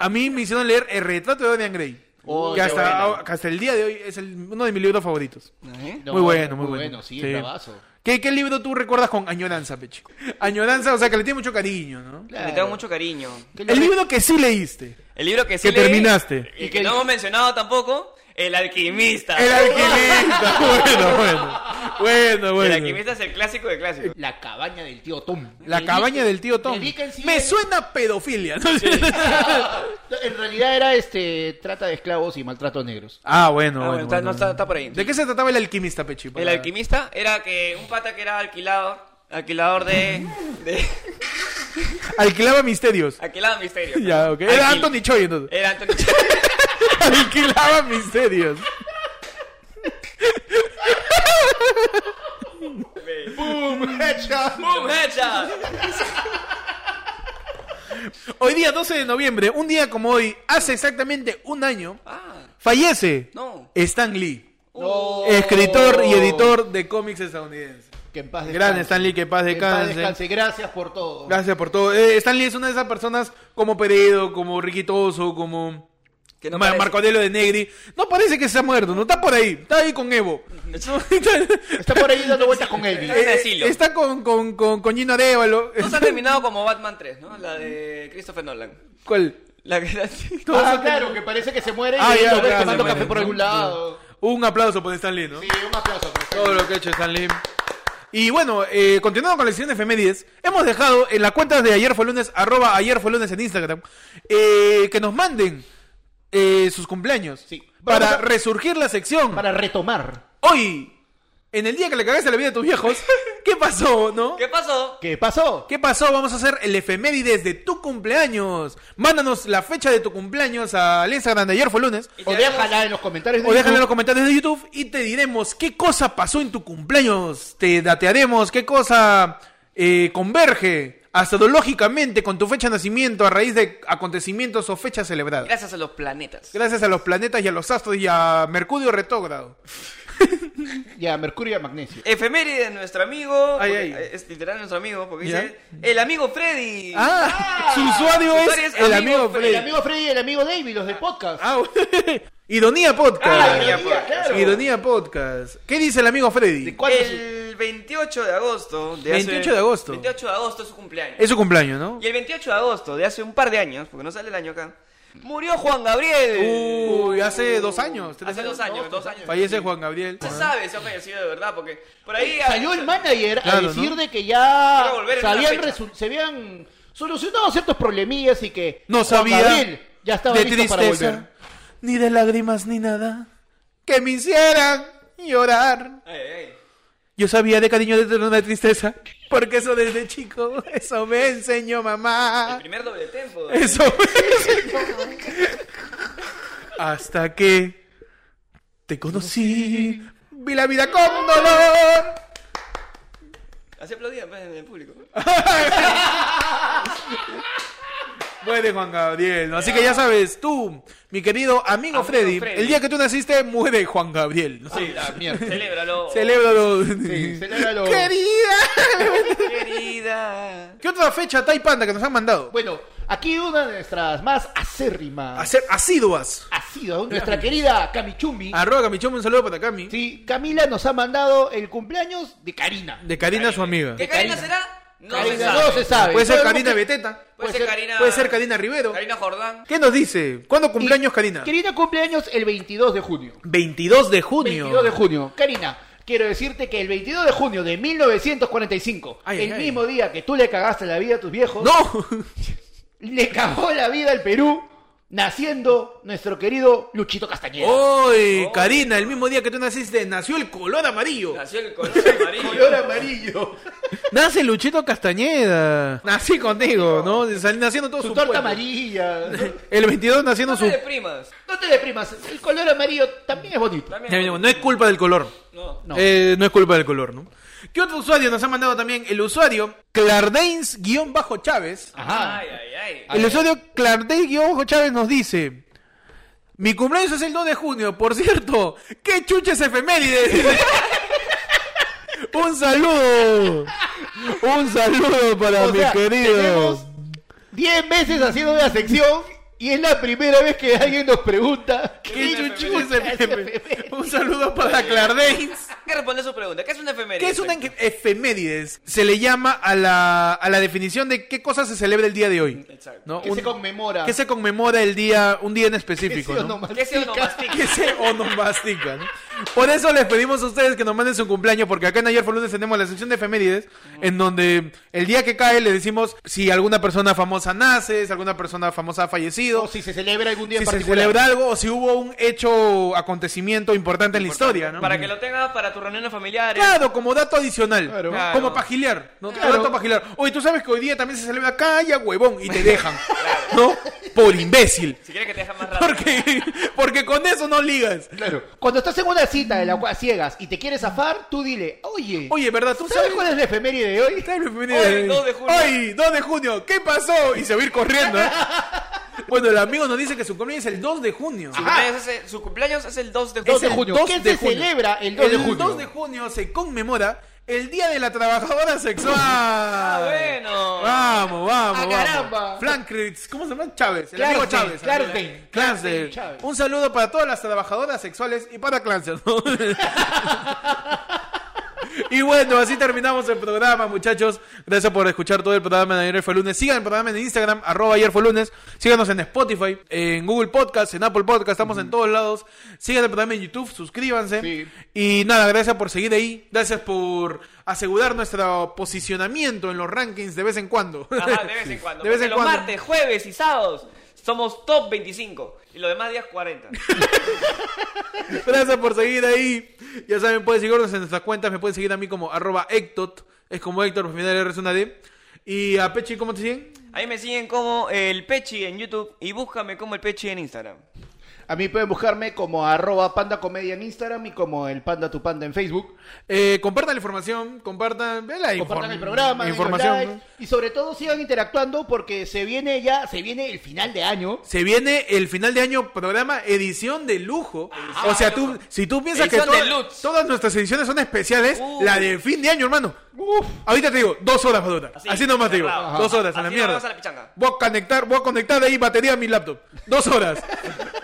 Speaker 2: A mí me hicieron leer El retrato de Dorian Gray.
Speaker 4: Oh,
Speaker 2: que
Speaker 4: qué
Speaker 2: hasta,
Speaker 4: bueno.
Speaker 2: que hasta el día de hoy es el- uno de mis libros favoritos.
Speaker 3: Ajá.
Speaker 4: No,
Speaker 2: muy bueno, muy, bueno.
Speaker 4: sí, el bravazo.
Speaker 2: ¿Qué, qué libro tú recuerdas con añoranza, Peche? Añoranza, o sea, que le tiene mucho cariño, ¿no?
Speaker 3: Le tengo mucho cariño.
Speaker 4: Que lo-
Speaker 2: El libro que sí leíste.
Speaker 3: El libro que sí
Speaker 2: Que terminaste.
Speaker 3: Y que no hemos mencionado tampoco, El Alquimista.
Speaker 2: El
Speaker 4: Ah.
Speaker 2: alquimista. bueno, bueno. Bueno,
Speaker 3: El
Speaker 2: bueno.
Speaker 3: Alquimista es el clásico de clásicos.
Speaker 4: La cabaña del tío Tom.
Speaker 2: La
Speaker 4: Dedica-
Speaker 2: cabaña del tío Tom.
Speaker 4: dedica en sí
Speaker 2: Me
Speaker 4: el-
Speaker 2: suena a pedofilia. ¿no?
Speaker 4: En realidad era este trata de esclavos y maltrato a negros.
Speaker 2: ah, bueno,
Speaker 3: Ah,
Speaker 2: bueno,
Speaker 3: bueno, está,
Speaker 2: bueno,
Speaker 3: no, está,
Speaker 2: bueno.
Speaker 3: está por ahí.
Speaker 2: ¿De qué se trataba el alquimista, Pechi?
Speaker 3: El
Speaker 2: Para-
Speaker 3: alquimista era que un pata que era alquilador, alquilador de. de
Speaker 2: Alquilaba misterios.
Speaker 3: alquilaba misterio.
Speaker 2: ya, ok. Era
Speaker 3: Alquil- Eh.
Speaker 2: Anthony Choi, entonces.
Speaker 3: Era Anthony
Speaker 2: Alquilaba misterios.
Speaker 3: ¡Boom, headshot!
Speaker 2: Hoy día, 12 de noviembre, un día como hoy, hace exactamente un año,
Speaker 3: Ah,
Speaker 2: fallece
Speaker 3: No. Oh.
Speaker 2: Stan Lee,
Speaker 4: No.
Speaker 2: escritor y editor de cómics estadounidenses.
Speaker 4: Que en paz
Speaker 2: Gran
Speaker 4: descanse.
Speaker 2: Stan Lee, que en paz
Speaker 4: Que en paz
Speaker 2: descanse.
Speaker 4: descanse. Gracias por todo.
Speaker 2: Gracias por todo. Eh, Stan Lee es una de esas personas como Peredo, como Riquitoso, como
Speaker 3: Que no
Speaker 2: Ma-
Speaker 3: parece.
Speaker 2: Marconello de Negri. No parece que se ha muerto, no está por ahí, está ahí con Evo.
Speaker 4: Está por ahí dando vueltas con Elvis.
Speaker 3: Eh, asilo.
Speaker 2: está con, con, con, con Gino Arevalo.
Speaker 3: No se han terminado como Batman 3, ¿no? La de Christopher Nolan.
Speaker 2: ¿Cuál?
Speaker 3: La que la-
Speaker 2: todo
Speaker 4: ah,
Speaker 2: eso-
Speaker 4: claro, que parece que se muere
Speaker 2: Ah,
Speaker 4: y
Speaker 2: ya,
Speaker 4: lo ves
Speaker 2: claro,
Speaker 4: tomando
Speaker 2: se
Speaker 4: café
Speaker 2: muere,
Speaker 4: por
Speaker 2: ¿no?
Speaker 4: algún lado.
Speaker 2: Un aplauso por Stan Lee, ¿no?
Speaker 4: Sí, un aplauso. por favor.
Speaker 2: Todo lo que ha hecho Stan Lee. Y bueno, eh, continuando con la sección de efemérides, hemos dejado en las cuentas de ayer fue lunes, arroba ayer fue lunes en Instagram, eh, que nos manden eh, sus cumpleaños
Speaker 4: Sí.
Speaker 2: para
Speaker 4: Vamos a-
Speaker 2: resurgir la sección.
Speaker 4: Para retomar.
Speaker 2: Hoy, en el día que le cagaste la vida a tus viejos, ¿qué pasó, no?
Speaker 3: ¿Qué pasó?
Speaker 4: ¿Qué pasó?
Speaker 2: ¿Qué pasó? Vamos a hacer el efemérides de tu cumpleaños. Mándanos la fecha de tu cumpleaños al Instagram de ayer fue lunes.
Speaker 3: Y te
Speaker 4: O déjala en los comentarios. de
Speaker 2: O déjala en los
Speaker 4: YouTube.
Speaker 2: comentarios de YouTube y te diremos qué cosa pasó en tu cumpleaños. Te datearemos qué cosa eh, converge astrológicamente con tu fecha de nacimiento a raíz de acontecimientos o fechas celebradas.
Speaker 3: Gracias a los planetas.
Speaker 2: Gracias a los planetas y a los astros y a Mercurio retógrado.
Speaker 4: Y a Mercurio y a Magnesio.
Speaker 3: Efeméride de nuestro amigo.
Speaker 2: Ay,
Speaker 3: porque-
Speaker 2: ay.
Speaker 3: Es literal nuestro amigo, porque
Speaker 2: Ya.
Speaker 3: dice. El amigo Freddy.
Speaker 2: Ah, su usuario
Speaker 3: Su
Speaker 2: es,
Speaker 3: usuario es
Speaker 2: el
Speaker 3: amigo
Speaker 2: amigo
Speaker 3: Fre-
Speaker 2: Freddy.
Speaker 4: El amigo Freddy y el amigo David, los del podcast.
Speaker 2: Ah, Idonía Podcast.
Speaker 3: Ah,
Speaker 4: Ironía
Speaker 3: Ironía,
Speaker 4: Podcast.
Speaker 2: Ironía Podcast. ¿Qué dice el amigo Freddy?
Speaker 4: ¿De cuándo es?
Speaker 3: El 28 de agosto. De
Speaker 2: 28 de agosto.
Speaker 3: 28 de agosto es su cumpleaños.
Speaker 2: Es su cumpleaños, ¿no?
Speaker 3: Y el 28 de agosto de hace un par de años, porque no sale el año acá, murió Juan Gabriel.
Speaker 2: Uy, hace dos años, tres
Speaker 3: Hace dos años, dos años.
Speaker 2: Uh, Fallece Juan Gabriel.
Speaker 3: No se sabe si ha fallecido de verdad, porque por ahí...
Speaker 4: Salió el manager a
Speaker 2: ah, Claro,
Speaker 4: decir
Speaker 2: ¿no?
Speaker 4: de que ya
Speaker 3: Quiero volver en
Speaker 4: se
Speaker 3: una
Speaker 4: habían,
Speaker 3: fecha.
Speaker 4: resu- se habían solucionado ciertos problemillas y que
Speaker 2: No
Speaker 4: Juan
Speaker 2: sabía
Speaker 4: Gabriel ya estaba
Speaker 2: de
Speaker 4: listo para
Speaker 2: tristeza,
Speaker 4: volver.
Speaker 2: ni de lágrimas, ni nada. Que me hicieran llorar.
Speaker 3: Ay, ay.
Speaker 2: Yo sabía de cariño de una tristeza, porque eso desde chico, eso me enseñó
Speaker 3: El
Speaker 2: mamá.
Speaker 3: primer doble tempo.
Speaker 2: Eso me enseñó mamá. Hasta que te conocí, vi la vida con dolor.
Speaker 3: Así aplaudían pues, en el público.
Speaker 2: Muere Juan Gabriel, ¿no? Así que ya sabes, tú, mi querido amigo,
Speaker 3: Amigo
Speaker 2: Freddy,
Speaker 3: Freddy.
Speaker 2: el día que tú naciste, muere Juan Gabriel. ¿no?
Speaker 3: Sí, la
Speaker 4: Ah, mierda.
Speaker 3: Celébralo.
Speaker 2: Celébralo.
Speaker 4: celébralo.
Speaker 2: Querida.
Speaker 3: oh, Querida.
Speaker 2: ¿Qué otra fecha Tai Panda que nos han mandado?
Speaker 4: Bueno, aquí una de nuestras más acérrimas
Speaker 2: Hacer asiduas.
Speaker 4: ha sido nuestra querida Kamichumi.
Speaker 2: Arroga Camichón, un saludo para Cami.
Speaker 4: Sí, Camila nos ha mandado el cumpleaños de Karina.
Speaker 2: De Karina, su amiga.
Speaker 3: ¿Qué
Speaker 4: De
Speaker 3: Karina
Speaker 4: Karina.
Speaker 3: será? No se
Speaker 4: Karina,
Speaker 3: sabe.
Speaker 4: no se sabe.
Speaker 2: Puede ser
Speaker 4: Sabemos
Speaker 2: Karina
Speaker 4: que-
Speaker 2: Beteta.
Speaker 3: Puede ser Karina...
Speaker 2: Puede ser Karina Rivero.
Speaker 3: Karina Jordán.
Speaker 2: ¿Qué nos dice? ¿Cuándo
Speaker 4: y-
Speaker 2: cumpleaños, Karina?
Speaker 4: Karina cumpleaños el 22 de junio.
Speaker 2: 22 de junio.
Speaker 4: 22 de junio. Karina, quiero decirte que el 22 de junio de 1945,
Speaker 2: Ay,
Speaker 4: el
Speaker 2: ay, ay.
Speaker 4: mismo día que tú le cagaste la vida a tus viejos,
Speaker 2: No.
Speaker 4: le cagó la vida al Perú naciendo nuestro querido Luchito Castañeda.
Speaker 2: ¡Oy!
Speaker 3: Oh.
Speaker 2: Karina, el mismo día que tú naciste, nació el color amarillo.
Speaker 3: Nació el color
Speaker 4: Color
Speaker 3: amarillo.
Speaker 4: amarillo.
Speaker 2: Nace Luchito Castañeda. Nací contigo, ¿no? Sal- Naciendo todo
Speaker 4: Su
Speaker 2: su,
Speaker 4: torta
Speaker 2: pueblo.
Speaker 4: amarilla.
Speaker 2: El 22 naciendo
Speaker 3: No
Speaker 2: su...
Speaker 3: te deprimas.
Speaker 4: No te deprimas, el color amarillo también es bonito.
Speaker 2: Ya,
Speaker 3: También.
Speaker 2: No es culpa del color.
Speaker 3: No.
Speaker 4: No.
Speaker 2: Eh, no es culpa del color, ¿no? ¿Qué otro usuario nos ha mandado también? El usuario Clardains-Chávez.
Speaker 4: Ajá.
Speaker 3: Ay, ay, ay.
Speaker 2: El usuario Clardains-Chávez nos dice... Mi cumpleaños es el 2 de junio, por cierto. ¡Qué chuches efemérides! Dice. Un saludo. Un saludo para
Speaker 4: O
Speaker 2: mi
Speaker 4: sea,
Speaker 2: querido.
Speaker 4: tenemos 10 meses haciendo la sección y es la primera vez que alguien nos pregunta
Speaker 2: ¡Qué chuches
Speaker 4: chucha es
Speaker 2: efemérides!
Speaker 4: efemérides?
Speaker 2: Un saludo para Clardains.
Speaker 3: Hay que responder su pregunta. ¿Qué es una efeméride?
Speaker 2: ¿Qué es una efemérides? Se le llama a la, a la definición de qué cosa se celebra el día de hoy.
Speaker 3: Exacto.
Speaker 2: ¿no?
Speaker 4: que
Speaker 2: Un-
Speaker 4: se conmemora.
Speaker 2: ¿Qué se conmemora el día, un día en
Speaker 4: Que
Speaker 2: específico?
Speaker 4: se
Speaker 2: ¿no?
Speaker 4: onomastica.
Speaker 3: ¿Qué es onomastica?
Speaker 2: Que se onomastica, ¿no? Por eso les pedimos a ustedes que nos manden su cumpleaños, porque acá en Ayer por Lunes tenemos la sección de efemérides, en donde el día que cae le decimos si alguna persona famosa nace, si alguna persona famosa ha fallecido,
Speaker 4: O si se celebra algún día
Speaker 2: si
Speaker 4: en
Speaker 2: se
Speaker 4: particular.
Speaker 2: celebra algo o si hubo un hecho, acontecimiento importante en la historia, ¿no?
Speaker 3: Para que lo tengas para tus reuniones familiares.
Speaker 2: Claro, como dato adicional.
Speaker 4: Claro.
Speaker 2: ¿no?
Speaker 3: Claro.
Speaker 2: Como para gilear. ¿no? Como
Speaker 4: Claro.
Speaker 2: dato para gilear. Oye, tú sabes que hoy día también se celebra calla, huevón, y te dejan. ¿No? Por imbécil.
Speaker 3: Si quieres que te dejan más rápido.
Speaker 2: Porque, porque con eso no ligas.
Speaker 4: Claro. Cuando estás en una cita de la cual ciegas y te quieres zafar, tú dile, oye,
Speaker 2: Oye, ¿verdad? ¿Tú
Speaker 4: ¿sabes
Speaker 2: sabes
Speaker 4: cuál es la efeméride de hoy?
Speaker 2: Claro, mi
Speaker 3: Hoy,
Speaker 2: vida.
Speaker 3: 2 de junio.
Speaker 2: Hoy, 2 de junio. ¿Qué pasó? Y se va a ir corriendo. ¿eh? Bueno, el amigo nos dice que su cumpleaños es el 2 de junio.
Speaker 3: Su cumpleaños, es el, su cumpleaños es el 2 de
Speaker 2: Es
Speaker 3: junio.
Speaker 4: de
Speaker 2: el
Speaker 4: junio.
Speaker 2: 2
Speaker 4: ¿Qué
Speaker 2: de
Speaker 4: se
Speaker 2: junio.
Speaker 4: celebra el 2 de junio?
Speaker 2: 2 de junio se conmemora el Día de la Trabajadora Sexual.
Speaker 3: Ah, bueno.
Speaker 2: Vamos, vamos.
Speaker 4: ¡Ah,
Speaker 2: vamos.
Speaker 4: caramba!
Speaker 2: Flankritz, ¿cómo se llama? Chávez. El amigo
Speaker 4: Clarstein,
Speaker 2: Chávez.
Speaker 4: Clarstein,
Speaker 2: Clancy.
Speaker 4: Chávez.
Speaker 2: Un saludo para todas las trabajadoras sexuales y para Clancy. ¿no? Y bueno, así terminamos el programa, muchachos. Gracias por escuchar todo el programa de Ayer fue lunes. Sigan el programa en Instagram, arroba ayer fue lunes. Síganos en Spotify, en Google Podcast, en Apple Podcast, estamos en todos lados. Sigan el programa en YouTube, suscríbanse.
Speaker 4: Sí.
Speaker 2: Y nada, gracias por seguir ahí. Gracias por asegurar nuestro posicionamiento en los rankings de vez en cuando.
Speaker 3: Ajá, de vez en cuando.
Speaker 2: De vez
Speaker 3: Porque
Speaker 2: en
Speaker 3: los
Speaker 2: cuando.
Speaker 3: martes, jueves y sábados somos top 25. Y los demás días 40.
Speaker 2: Gracias por seguir ahí. Ya saben, pueden seguirnos en nuestras cuentas. Me pueden seguir a mí como arroba Hectot. Es como Héctor, al final R es una D. Y a Pechi, ¿cómo te siguen?
Speaker 3: Ahí me siguen como el Pechi en YouTube y búscame como el Pechi en Instagram.
Speaker 4: A mí pueden buscarme como arroba panda comedia en Instagram y como el panda tu panda en Facebook.
Speaker 2: Eh, compartan la información, compartan, ve la
Speaker 4: Compartan
Speaker 2: inform-
Speaker 4: el programa, denos
Speaker 2: información.
Speaker 4: like, y sobre todo sigan interactuando porque se viene ya, se viene el final de año.
Speaker 2: ¿no? Se viene el final de año programa edición de lujo. o sea, tú, si tú piensas
Speaker 3: Ah, Edición
Speaker 2: que
Speaker 3: de
Speaker 2: todas-
Speaker 3: Lutz.
Speaker 2: todas nuestras ediciones son especiales,
Speaker 3: Uh.
Speaker 2: la de fin de año, hermano. Ahorita te digo, dos horas va a durar. Así,
Speaker 3: Así,
Speaker 2: nomás te digo,
Speaker 3: cerrado.
Speaker 2: dos horas a la
Speaker 3: Así
Speaker 2: mierda.
Speaker 3: nomás a la pichanga.
Speaker 2: Voy a conectar, voy a conectar ahí batería a mi laptop. Dos horas.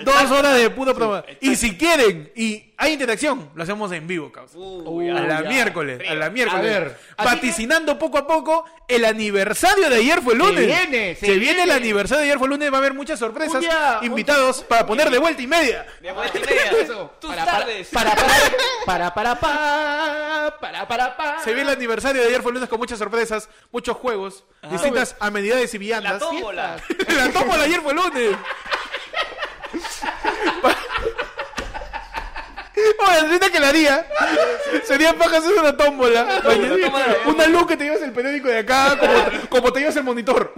Speaker 2: dos horas de puro programa. y si quieren y hay interacción, lo hacemos en vivo, causa.
Speaker 3: Uy,
Speaker 2: A la
Speaker 4: ya.
Speaker 2: miércoles, a la miércoles.
Speaker 4: A ver, así
Speaker 2: vaticinando poco a poco el aniversario de ayer fue lunes.
Speaker 4: viene, se
Speaker 2: Se viene el
Speaker 4: viene.
Speaker 2: aniversario de ayer fue lunes, va a haber muchas sorpresas,
Speaker 4: Un día,
Speaker 2: invitados para poner de vuelta y media.
Speaker 3: De vuelta y media.
Speaker 4: Eso.
Speaker 3: Tus
Speaker 4: Para, para,
Speaker 3: tardes.
Speaker 4: para, para, para, para, pa, para, para, pa.
Speaker 2: Se viene el aniversario de ayer fue lunes con muchas sorpresas, muchos juegos, distintas amenidades y
Speaker 3: la
Speaker 2: viandas.
Speaker 3: tómbola.
Speaker 2: La tómbola ayer fue lunes. Pa- Oye, ahorita que la haría sería paja hacer una tómbola. Oye,
Speaker 3: tómbola. ¿eh?
Speaker 2: Una luz que te llevas el periódico de acá, como, como te llevas el monitor.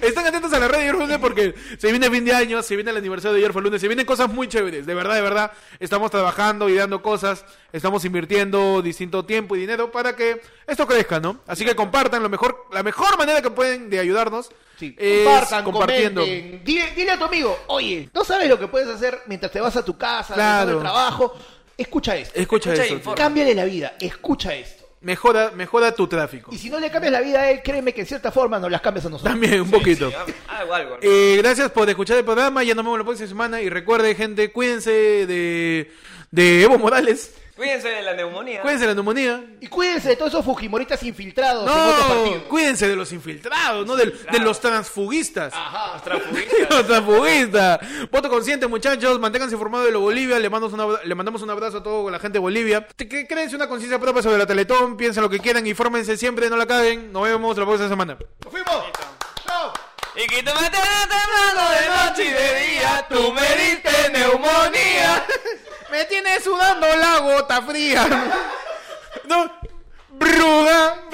Speaker 2: Están atentos a la red de Ayer fue lunes porque se viene el fin de año, se viene el aniversario de Ayer fue lunes, se vienen cosas muy chéveres, de verdad, de verdad. Estamos trabajando, ideando cosas, estamos invirtiendo distinto tiempo y dinero para que esto crezca, ¿no? Así que compartan, lo mejor, la mejor manera que pueden de ayudarnos
Speaker 4: Sí,
Speaker 2: es
Speaker 4: compartan,
Speaker 2: compartiendo.
Speaker 4: comenten. Dile, dile a tu amigo, oye, no sabes lo que puedes hacer mientras te vas a tu casa,
Speaker 2: Claro.
Speaker 4: claro. el trabajo. Escucha esto.
Speaker 2: Escucha,
Speaker 3: Escucha
Speaker 2: eso.
Speaker 3: y informa.
Speaker 4: Cámbiale la vida, escucha esto.
Speaker 2: tío. Mejora, mejora tu tráfico.
Speaker 4: Y si no le cambias la vida a él, créeme que en cierta forma nos las cambias a nosotros.
Speaker 2: También un poquito.
Speaker 3: Algo, algo.
Speaker 2: Eh, gracias por escuchar el programa. Ya nos vemos la próxima semana. Y recuerden, gente, cuídense de, de Evo Morales.
Speaker 3: Cuídense de la neumonía.
Speaker 2: Cuídense de la neumonía.
Speaker 4: Y cuídense de todos esos fujimoristas infiltrados en otros
Speaker 2: No,
Speaker 4: partidos.
Speaker 2: cuídense de los infiltrados, no del- de los transfugistas.
Speaker 3: Ajá, transfugistas.
Speaker 2: Los transfugistas. Voto consciente, muchachos. Manténganse informados de lo Bolivia. Le, mandos un abra- le mandamos un abrazo a toda la gente de Bolivia. Te- Que créense una conciencia propia sobre la Teletón. Piensen lo que quieran. Infórmense siempre. No la caguen. Nos vemos la próxima semana.
Speaker 4: ¡Nos fuimos! ¡Chao!
Speaker 3: Y que tú me estás temblando de noche y de día. Tú me diste neumonía.
Speaker 2: Me tiene sudando la gota fría. No. Bruga,